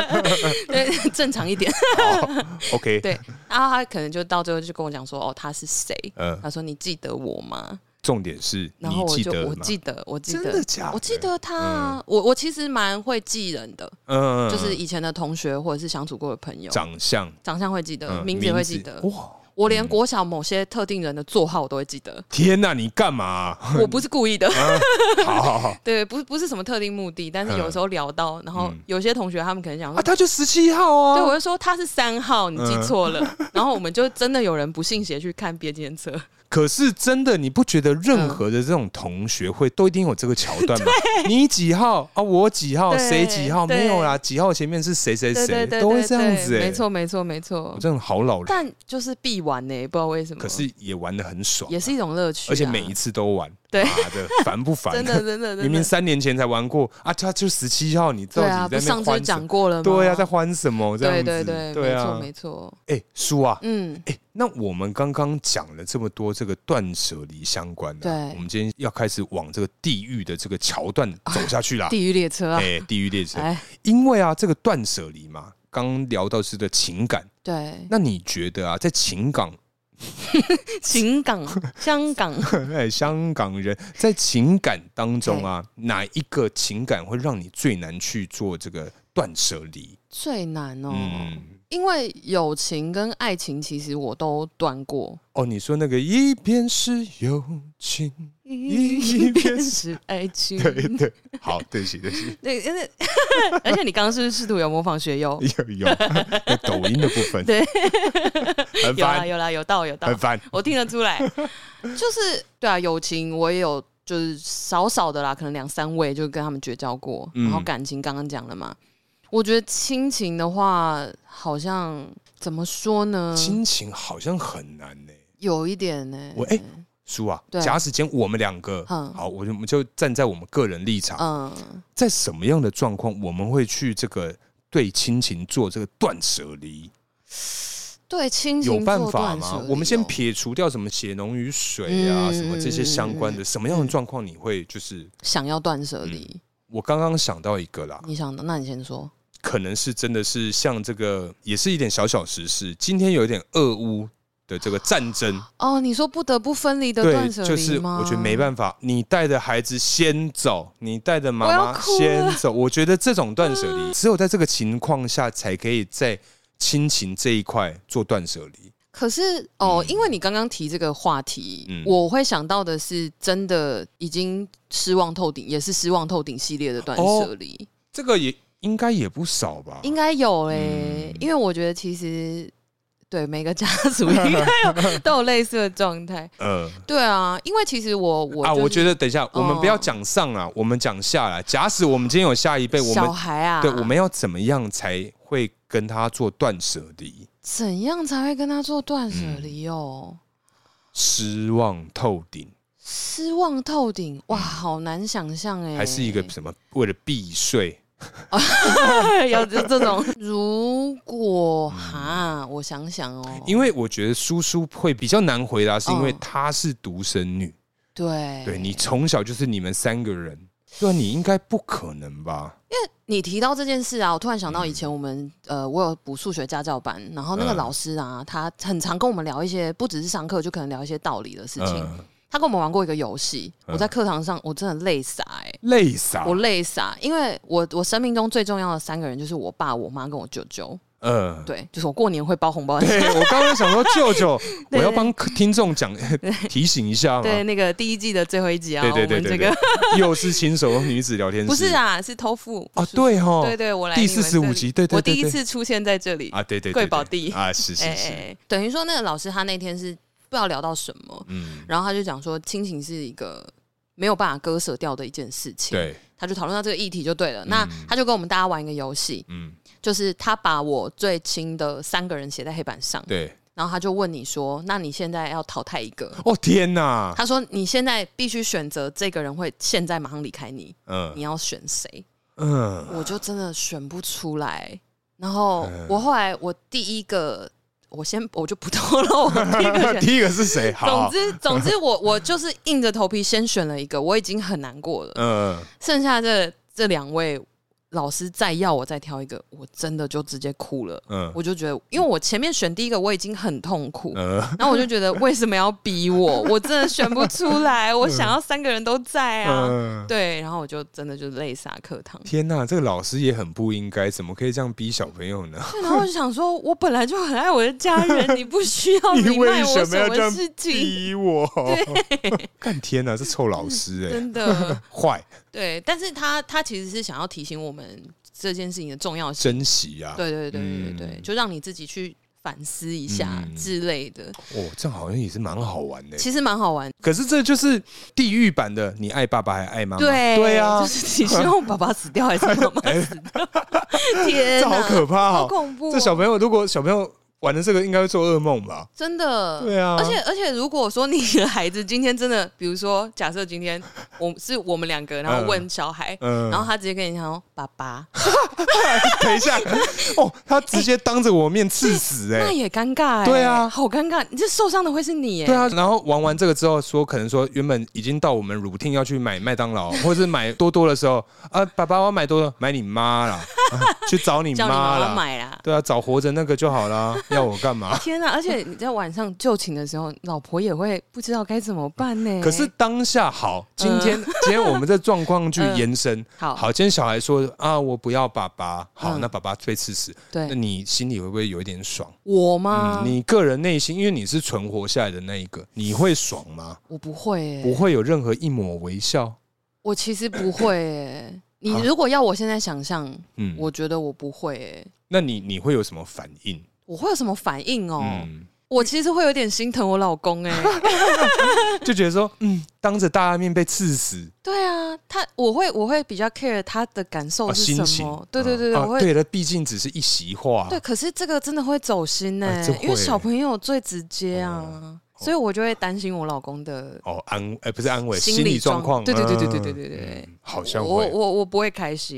A: 对正常一点。
B: 好 OK，
A: 对，然后他可能就到最后就跟我讲说哦他是谁，
B: 呃，
A: 他说你记得我吗？
B: 重点是
A: 然后
B: 你
A: 我
B: 记
A: 就
B: 得
A: 我
B: 吗？
A: 记得我记
B: 真
A: 得
B: 的假的？
A: 我记，得他啊、我我其实蛮会记人的，
B: 嗯
A: 就是以前的同学或者是相处过的朋友，
B: 长相，
A: 长相会记得，
B: 嗯
A: 呃名字也会记得。
B: 哇，
A: 我连国小某些特定人的座号我都会记 得，
B: 天哪，你干嘛？
A: 我不是故意的，
B: 嗯好好好
A: 对，不是不是什么特定目的，但是有时候聊到，然后
B: 嗯
A: 有些同学他们可能讲
B: 啊，
A: 说，
B: 他就十七号
A: 对我
B: 哦。
A: 就说他是三号，你记错了，
B: 嗯
A: 然后我们就真的有人不信邪去看别间车，
B: 可是真的，你不觉得任何的这种同学会都一定有这个桥段 吗？你几号啊？我几号？
A: 对
B: 谁几号？
A: 对
B: 没有啦，几号前面是谁 谁
A: 对对
B: 谁，
A: 对，
B: 都会
A: 对
B: 这样子
A: 对
B: 哎。
A: 没错没错没
B: 我
A: 错，
B: 真的好老人，
A: 但就是必玩呢，不知道为什么，
B: 可是也玩的很爽
A: 也，是一种乐趣啊，
B: 而且每一次都玩，
A: 对
B: 妈的，烦不烦？
A: 真的真的真的
B: 明明三年前才玩过啊，他就十七号，你到
A: 对
B: 底
A: 啊，
B: 在
A: 不
B: 那
A: 上
B: 边
A: 次
B: 欢什
A: 讲
B: 么？
A: 过了吗？
B: 对啊，在欢什么？这样
A: 对对
B: 子，
A: 对，
B: 对
A: 没
B: 啊
A: 错，没错，
B: 哎，叔啊，
A: 嗯，
B: 哎，那我们刚刚讲了这么多这个断舍离相关的啊，
A: 对
B: 我们今天要开始往这个地狱的这个桥段走下去啦。
A: 地狱列车啊，
B: 哎，地狱列车，
A: 哎，
B: 因为啊，这个断舍离嘛，刚聊到是的情感，
A: 对，
B: 那你觉得啊，在情感
A: 情港香港，
B: 哎，香港人在情感当中啊，哪一个情感会让你最难去做这个断舍离？
A: 最难哦，
B: 嗯，
A: 因为友情跟爱情其实我都断过，
B: 哦，你说那个一边是友情， 一边
A: 是爱 情。
B: 对对，好，对不起，对不起，
A: 对，因为而且你刚刚是不是试图有模仿学友？
B: 有 有那抖音的部分，
A: 对，
B: 很
A: 有啦
B: 烦，
A: 有啦有到有到
B: 很，烦，
A: 我听得出来。 就是对啊，友情我也有，就是少少的啦，可能两三位就跟他们绝交过。
B: 嗯
A: 然后感情刚刚讲了嘛，我觉得亲情的话，好像怎么说呢？
B: 亲情好像很难呢。
A: 有一点呢、
B: 我哎叔啊，
A: 对
B: 假使今天我们两个，
A: 嗯
B: 好，我就我们就站在我们个人立场，
A: 嗯，
B: 在什么样的状况我们会去这个对亲情做这个断舍离？
A: 对，亲情
B: 有办
A: 做
B: 法
A: 断舍
B: 吗？
A: 离
B: 我们先
A: 哦
B: 撇除掉什么血浓于水啊，
A: 嗯
B: 什么这些相关的，什么样的状况你会就是？
A: 想要断舍离，
B: 我刚刚想到一个啦，
A: 你想的，那你先说。
B: 可能是真的是像这个，也是一点小小实事。今天有一点俄乌的这个战争，
A: 哦，你说不得不分离的
B: 对，
A: 断舍
B: 就
A: 离
B: 是
A: 吗？
B: 我觉得没办法，你带着孩子先走，你带着妈
A: 我要
B: 妈
A: 哭了
B: 先走。我觉得这种断舍 离，只有在这个情况下才可以在亲情这一块做断舍离。
A: 可是哦，
B: 嗯
A: 因为你刚刚提这个话题，
B: 嗯
A: 我会想到的是，真的已经失望透顶，也是失望透顶系列的断
B: 哦
A: 舍离，
B: 这个也应该也不少吧？
A: 应该有诶、
B: 嗯
A: 因为我觉得其实对每个家族应该有都有类似的状态。
B: 呃。
A: 对啊，因为其实我我、哦
B: 啊，我觉
A: 得
B: 得等一下，我们不要讲上啊，我们讲下来。假使我们今天有下一辈，我
A: 小
B: 们
A: 孩啊，
B: 对我们要怎么样才会跟他做断舍离？
A: 怎样才会跟他做
B: 嗯
A: 断舍离哦？
B: 失望透顶，
A: 失望透顶，哇，好难想象哎、
B: 嗯还是 一个什么为了避税？
A: 有这这种。 如果哈，我想想哦，
B: 嗯因为我觉得叔叔会比较难回答，是因为
A: 嗯
B: 她是独生女，
A: 对
B: 对你从小就是你们三个人，对啊，你应该不可能吧？
A: 你提到这件事啊，我突然想到以前我们、呃，我有补数学家教班，然后那个
B: 嗯
A: 老师啊，他很常跟我们聊一些不只是上课，就可能聊一些道理的事情。
B: 嗯，
A: 他跟我们玩过一个游戏，
B: 嗯啊
A: 我在课堂上我真的累傻哎、
B: 累傻
A: 我，累傻，因为我我生命中最重要的三个人就是我爸、我妈跟我舅舅。
B: 嗯。
A: 对，就是我过年会包红包的
B: 对，哎我刚刚想说，舅舅，我
A: 对
B: 要帮听众讲 提醒一下嘛。
A: 对，那个第一季的最后一集啊，
B: 对对对
A: 我
B: 对
A: 们这
B: 对
A: 个，
B: 又是新手女子聊天室，
A: 不是啊，是偷富
B: 啊，对哈，
A: 对对，我来
B: 第
A: 你们
B: 45
A: 这里
B: 集对对
A: 我
B: 对
A: 第一
B: 对
A: 次出现在这里。
B: 啊，对对对，
A: 贵宝
B: 对
A: 地
B: 啊，是是
A: 哎哎
B: 是，
A: 哎等于说那个老师他那天是不知道聊到什么，
B: 嗯，
A: 然后他就讲说亲情是一个没有办法割舍掉的一件事情。，
B: 对，
A: 他就讨论到这个议题就对了。那
B: 嗯
A: 他就跟我们大家玩一个游戏，
B: 嗯，
A: 就是他把我最亲的三个人写在黑板上，
B: 对，
A: 然后他就问你说：“那你现在要淘汰一个？”
B: 哦天哪，
A: 他说：“你现在必须选择这个人会现在马上离开你，你
B: 嗯
A: 要选谁？”
B: 嗯，
A: 我就真的选不出来。然后
B: 嗯
A: 我后来我第一个，我先我就不透露我第一个选。
B: 第一个是谁？
A: 总
B: 好，
A: 之，总之我我就是硬着头皮先选了一个，我已经很难过了。
B: 嗯，
A: 剩下这这两位老师再要我再挑一个，我真的就直接哭了。
B: 嗯
A: 我就觉得，因为我前面选第一个我已经很痛苦，
B: 嗯
A: 然后我就觉得为什么要逼 我？我真的选不出来，我想要三个人都在啊。
B: 嗯，
A: 对，然后我就真的就泪洒课堂。
B: 天呐，这个老师也很不应该，怎么可以这样逼小朋友呢？
A: 对然后我就想说，我本来就很爱我的家 人，你不需要
B: 你
A: 你
B: 为
A: 哦卖
B: 什
A: 我
B: 么要这样
A: 事情，
B: 逼我？ 干天呐，这臭老师哎、
A: 真 的
B: 坏，
A: 对。但是他他其实是想要提醒我们这件事情的重要性，
B: 珍惜啊！
A: 对对对对对，
B: 嗯
A: 就让你自己去反思一下
B: 嗯
A: 之类的，
B: 哦，这样好像也是蛮好玩的、欸
A: 其实蛮好玩。
B: 可是这就是地狱版的，你爱爸爸还爱妈妈？
A: 对
B: 对啊
A: 就，是你希望爸爸死掉还是妈 妈死掉？天
B: 这好
A: 哪，
B: 可怕、
A: 好
B: 哦！
A: 恐怖哦！
B: 这小朋友如果小朋友玩的这个，应该会做噩梦吧？
A: 真的，
B: 对啊
A: 而且而且，如果说你的孩子今天真的，比如说，假设今天我是我们两个，然后问小孩，
B: 嗯
A: 然后他直接跟你讲说：“爸爸。
B: 等一下，哦，他直接当着我面刺死哎、
A: 那也尴尬哎、
B: 对啊
A: 好尴尬，你这受伤的会是你哎、
B: 对啊，然后玩完这个之后，说可能说原本已经到我们 routine 要去买麦当劳 或者是买多多的时候，啊，爸爸我要买多多，买你妈啦， 啊去找你
A: 叫你妈妈
B: 妈啦，
A: 买啦。？
B: 对啊，找活着那个就好啦， 要我干嘛
A: 天啊！而且你在晚上就寝的时候，老婆也会不知道该怎么办呢、
B: 可是当下好，今天、今天我们这状况 去延伸，
A: 嗯好
B: 好，今天小孩说啊，我不要爸爸，好，
A: 嗯
B: 那爸爸被刺死，那
A: 对
B: 你心里会不会有一点爽？
A: 我吗、
B: 嗯，你个人内心，因为你是存活下来的那一个，你会爽吗？
A: 我不会、欸，
B: 不会有任何一抹微笑。
A: 我其实不会、欸。你
B: 好
A: 如果要我现在想象，
B: 嗯，
A: 我觉得我不会、欸。
B: 那你你会有什么反应？
A: 我会有什么反应哦、
B: 嗯，
A: 我其实会有点心疼我老公哎、
B: 就觉得说，嗯，当着大家面被刺死，
A: 对啊，他我会我会比较 care 他的感受
B: 啊，
A: 哦是
B: 心
A: 什
B: 情
A: 么，，对对对，
B: 嗯
A: 对
B: 啊
A: 我会
B: 对了，毕竟只是一席话，
A: 对，可是这个真的会走心呢、欸
B: 哎这会
A: 因为小朋友最直接啊。所以我就会担心我老公的
B: 哦，安哎不是安慰，
A: 心
B: 心理
A: 状
B: 状况，
A: 对对对对对
B: 嗯
A: 对对对对，
B: 好像
A: 我
B: 会
A: 我我不会开 心，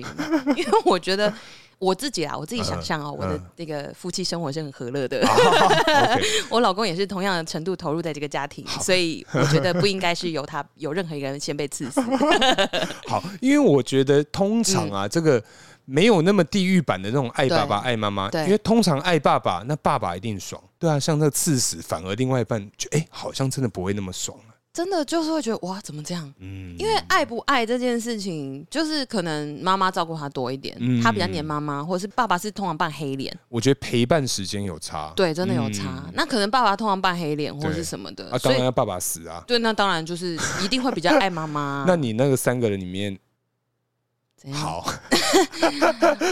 A: 因为我觉得我自己啊，我自己想象哦，
B: 嗯啊
A: 我的
B: 嗯
A: 那个夫妻生活是很和乐的，
B: ，OK，
A: 我老公也是同样的程度投入在这个家庭，所以我觉得不应该是由他有任何一个人先被刺死。
B: 好，因为我觉得通常啊，这个没有那么地狱版的那种爱爸爸、爱妈妈，
A: 嗯对
B: 因为通常爱爸爸，那爸爸一定爽，对啊，像这个刺死，反而另外一半就哎、好像真的不会那么爽啊
A: 真的就是会觉得哇，怎么这样？
B: 嗯，
A: 因为爱不爱这件事情，就是可能妈妈照顾他多一点，
B: 嗯
A: 他比较黏妈妈，或者是爸爸是通常扮黑脸，
B: 我觉得陪伴时间有差，
A: 对，真的有差。那可能爸爸通常扮黑脸或者是什么的，
B: 嗯啊，当
A: 所
B: 然
A: 以
B: 要爸爸死啊。
A: 对，那当然就是一定会比较爱妈 妈。
B: 那你那个三个人里面，
A: 怎样，
B: 好，。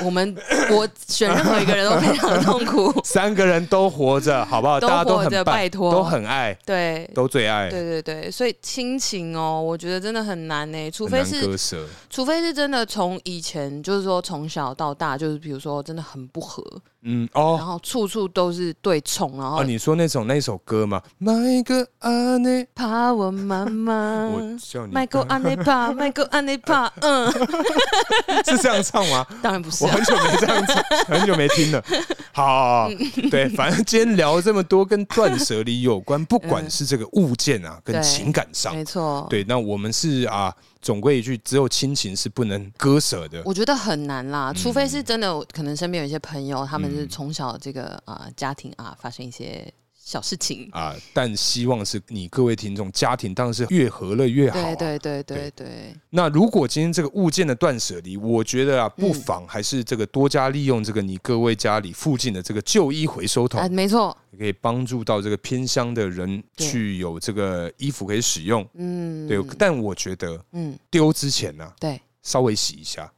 A: 我们我选任何一个人都非常的痛苦
B: 三个人都活着，好不好？
A: 都
B: 大家都
A: 活着
B: 很棒
A: 拜托
B: 都很爱，
A: 对，
B: 都最爱，
A: 对对对，所以亲情哦，我觉得真的很难呢，除
B: 很
A: 非
B: 难
A: 是
B: 割舍。
A: 除非是真的从以前，就是说从小到大，就是比如说真的很不合，
B: 嗯，哦
A: 然，后处处都是对冲，然
B: 哦，
A: 后
B: 你说那种那首歌嘛，买个阿内，
A: 怕我妈妈。
B: 我叫你
A: 麦克安内 帕，麦克安内帕，嗯，
B: 是这样 唱吗？
A: 当然不是
B: 我
A: 啊、
B: 很久没这样子， 很久没听了。好好，好
A: 嗯
B: 对，反正今天聊了这么多跟断舍离有关，不管是这个物件啊，跟
A: 对
B: 情感上，
A: 没错，
B: 对，那我们是啊，总归一句，只有亲情是不能割舍的。
A: 我觉得很难
B: 嗯
A: 啦，除非是真的，可能身边有一些朋友，他们是从小这个啊、家庭啊发生一些小事情，
B: 啊，但希望是你各位听众家庭当然是越和乐越好、啊。
A: 对对对
B: 对
A: 对对，
B: 那如果今天这个物件的断舍离，我觉得啊，
A: 嗯
B: 不妨还是这个多加利用这个你各位家里附近的这个旧衣回收桶
A: 啊，，没错，
B: 也可以帮助到这个偏乡的人
A: 对
B: 去有这个衣服可以使用。
A: 嗯，
B: 对，但我觉得
A: 嗯，
B: 丢之前呢、
A: 对，
B: 稍微洗 一下。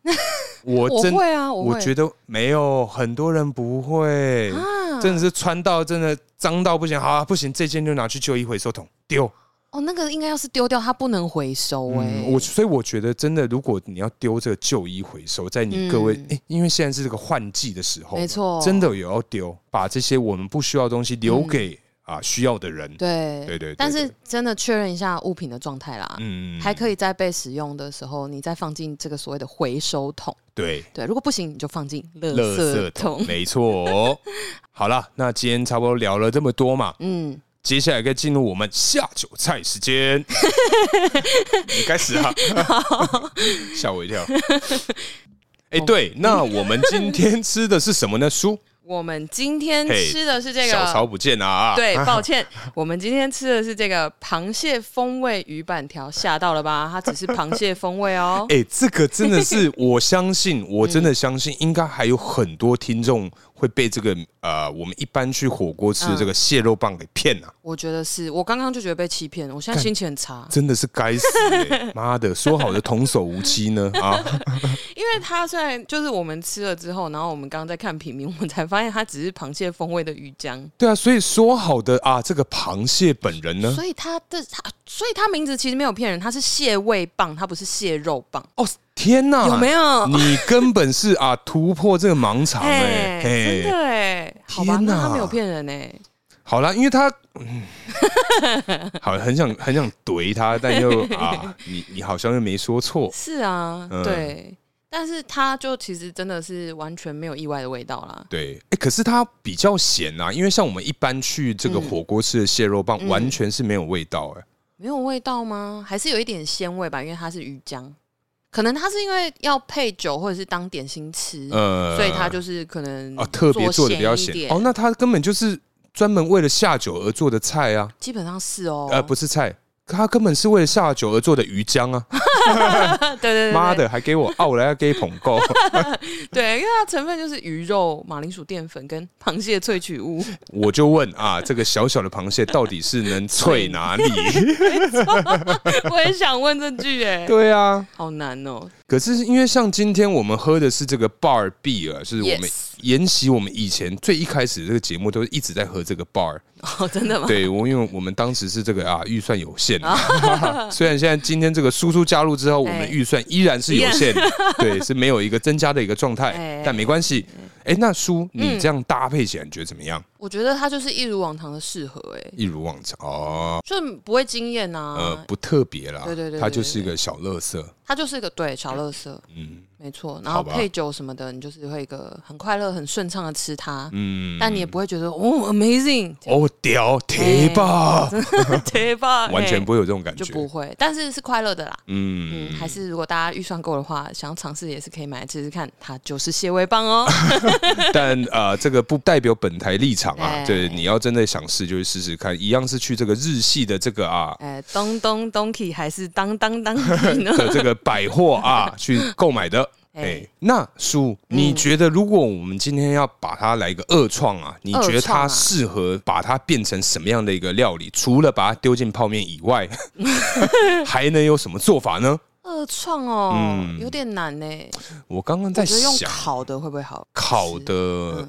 B: 我
A: 我
B: 真
A: 会啊，
B: 我
A: 会
B: 觉得没有很多人不会，
A: 啊，
B: 真的是穿到真的脏到不行，好、啊、不行，这件就拿去旧衣回收桶丢。
A: 哦，那个应该要是丢掉，它不能回收哎、
B: 嗯，我所以我觉得真的，如果你要丢这个旧衣回收，在你各位，
A: 嗯
B: 诶因为现在是这个换季的时候嘛，
A: 没错
B: 真的有要丢，把这些我们不需要的东西
A: 嗯
B: 留给、啊需要的人。
A: 对
B: 对对对
A: 但
B: 对
A: 是真的确认一下物品的状态啦，
B: 嗯
A: 还可以在被使用的时候，你再放进这个所谓的回收桶。
B: 对，
A: 对，如果不行，你就放进垃
B: 垃圾
A: 圾
B: 桶，
A: 桶。
B: 没 错、哦。好了，那今天差不多聊了这么多嘛，
A: 嗯，
B: 接下来该进入我们下酒菜时 间。你开始啊！吓我 一跳。哎、对，那我们今天吃的是 什么呢？叔，
A: 我们今天
B: 嘿
A: 吃的是这
B: 小
A: 个
B: 曹。不见了啊！
A: 对，抱歉，我们今天吃的是这个螃蟹风味鱼板条，吓到了吧？它只是螃蟹风味哦。
B: 哎、这个真 的是，我相信，我真的相信，应该还有很多听众会被这个呃，我们一般去火锅吃的
A: 嗯
B: 这个蟹肉棒给骗了、啊，
A: 我觉得是我刚刚就觉得被欺骗，我现在心情很差。
B: 真的是该死、欸！妈的，说好的童叟无欺呢啊！
A: 因为它虽然就是我们吃了之后，然后我们刚刚在看品名，我们才发现它只是螃蟹风味的鱼浆，
B: 对啊，所以说好的啊，这个螃蟹本人呢？
A: 所以它的它，所以它名字其实没有骗人，它是蟹味棒，它不是蟹肉棒，
B: 哦，天哪，
A: 有没有？
B: 你根本是啊，突破这个盲肠哎、
A: 真
B: 嘿
A: 的哎，好吧，
B: 天哪
A: 那它没有骗人哎，
B: 好啦，因为他，嗯、好很想很想怼他，但又啊，你你好像又没说错，
A: 是啊，
B: 嗯
A: 对，但是它就其实真的是完全没有意外的味道啦，
B: 对，哎、可是它比较咸啊，因为像我们一般去这个
A: 嗯
B: 火锅吃的蟹肉棒，完全是没有味道哎、
A: 没有味道吗？还是有一点鲜味吧，因为它是鱼浆，可能它是因为要配酒或者是当点心吃，
B: 呃
A: 所以它就是可能
B: 啊特别做
A: 嗯
B: 的
A: 咸
B: 比较
A: 一
B: 咸
A: 点
B: 哦，那它根本就是专门为了下酒而做的菜啊，
A: 基本上是哦，
B: 呃，不是菜。它根本是为了下酒而做的鱼浆啊！
A: 对对对，
B: 妈的，还给我奥莱给捧够！
A: 对，对，因为它成分就是鱼肉、马铃薯淀粉跟螃蟹萃取物，
B: 我就问啊，这个小小的螃蟹到底是能脆哪里？
A: 我也想问这句哎、
B: 对啊，
A: 好难哦，
B: 可是因为像今天我们喝的是这个 bar beer，是我们
A: Yes
B: 沿袭我们以前最一开始这个节目都一直在喝这个 bar。
A: 哦，真的吗？
B: 对，我因为我们当时是这个啊预算有限， 虽然现在今天这个叔叔加入之后，我们
A: 哦哎
B: 预算依然是有限，对，是没有一个增加的一个状态
A: 哎，嗯
B: 但没关系。哎，那叔，你这样搭配起来你觉得怎么样？
A: 我觉得它就是一如往常的适合、哎，
B: 一如往常哦，
A: 就不会惊艳啊呐。
B: 呃，不特别啦，
A: 对对对对
B: 它就是一个小乐色，
A: 它就是一个对小乐色，
B: 嗯
A: 没错。然
B: 好
A: 后
B: 吧
A: 配酒什么的，你就是会一个很快乐、很顺畅的吃它，
B: 嗯，
A: 但你也不会觉得哦 amazing，
B: 哦屌铁吧，
A: 对吧？
B: 完全
A: 哎
B: 不会有这种感
A: 就
B: 觉，
A: 不会，但是是快乐的啦。
B: 嗯
A: 嗯，还是如果大家预算够的话，想要尝试也是可以买来吃吃看，它就是蟹味棒 哦。
B: 但呃，这个不代表本台立场啊。
A: 哎
B: 对，你要真的想试，就去试试看。一样是去这个日系的这个啊
A: 哎，咚咚咚 key 还是当当当 key 呢？
B: 的这个百货 啊去购买的。哎、
A: 哎
B: 那叔，你觉得如果我们今天要把它来一个二创啊，你觉得
A: 二创
B: 它
A: 啊
B: 适合把它变成什么样的一个料理？除了把它丢进泡面以 外，还能有什么做法呢？
A: 二创哦，
B: 嗯
A: 有点难呢。
B: 我刚刚在
A: 我觉得用
B: 想，
A: 烤的会不会好？
B: 烤的，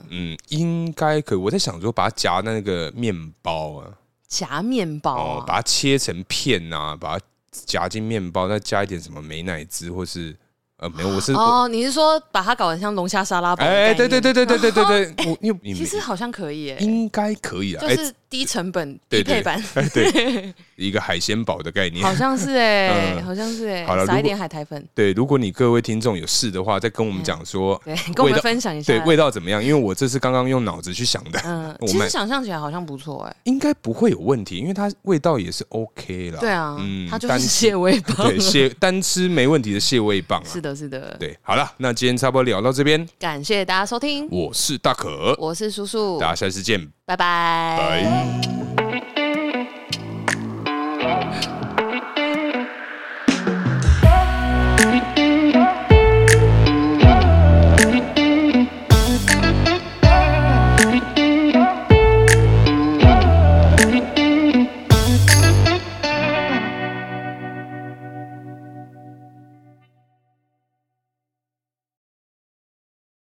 B: 嗯，应该可以。我在想说，把它夹那个面包啊，
A: 夹面包
B: 哦，
A: 啊，
B: 把它切成片啊，把它夹进面包，再加一点什么美乃滋，或是呃，没有，我是我
A: 哦，你是说把它搞得像龙虾沙拉包？
B: 哎、对对对，对对对对对，我 因为你
A: 其实好像可以耶，
B: 应该可以啊，
A: 就
B: 哎、
A: 是低成本
B: 对
A: 低
B: 对
A: 配版，
B: 对，一个海鲜堡的概 念
A: 好。像是哎，
B: 嗯
A: 好像是哎
B: 好了，
A: 撒
B: 如
A: 一
B: 果
A: 点海苔粉，
B: 对，如果你各位听众有事的话，再跟我们讲说，
A: 嗯对，跟我
B: 味道
A: 们分享一下
B: 对。味道怎么样？因为我这是刚刚用脑子去想的，
A: 嗯，
B: 我
A: 其
B: 们嗯
A: 实想象起来好像不错哎。
B: 应该不会有问题，因为它味道也是 OK 啦。
A: 对啊，它就是
B: 单吃
A: 蟹味棒。
B: 嗯 对蟹单吃没问题的蟹味棒啊。
A: 是的，是的。
B: 对，好了，那今天差不多聊到这边，
A: 感谢大家收听，
B: 我是大可，
A: 我是叔叔
B: 大，家下次见，
A: 拜拜。
B: 拜。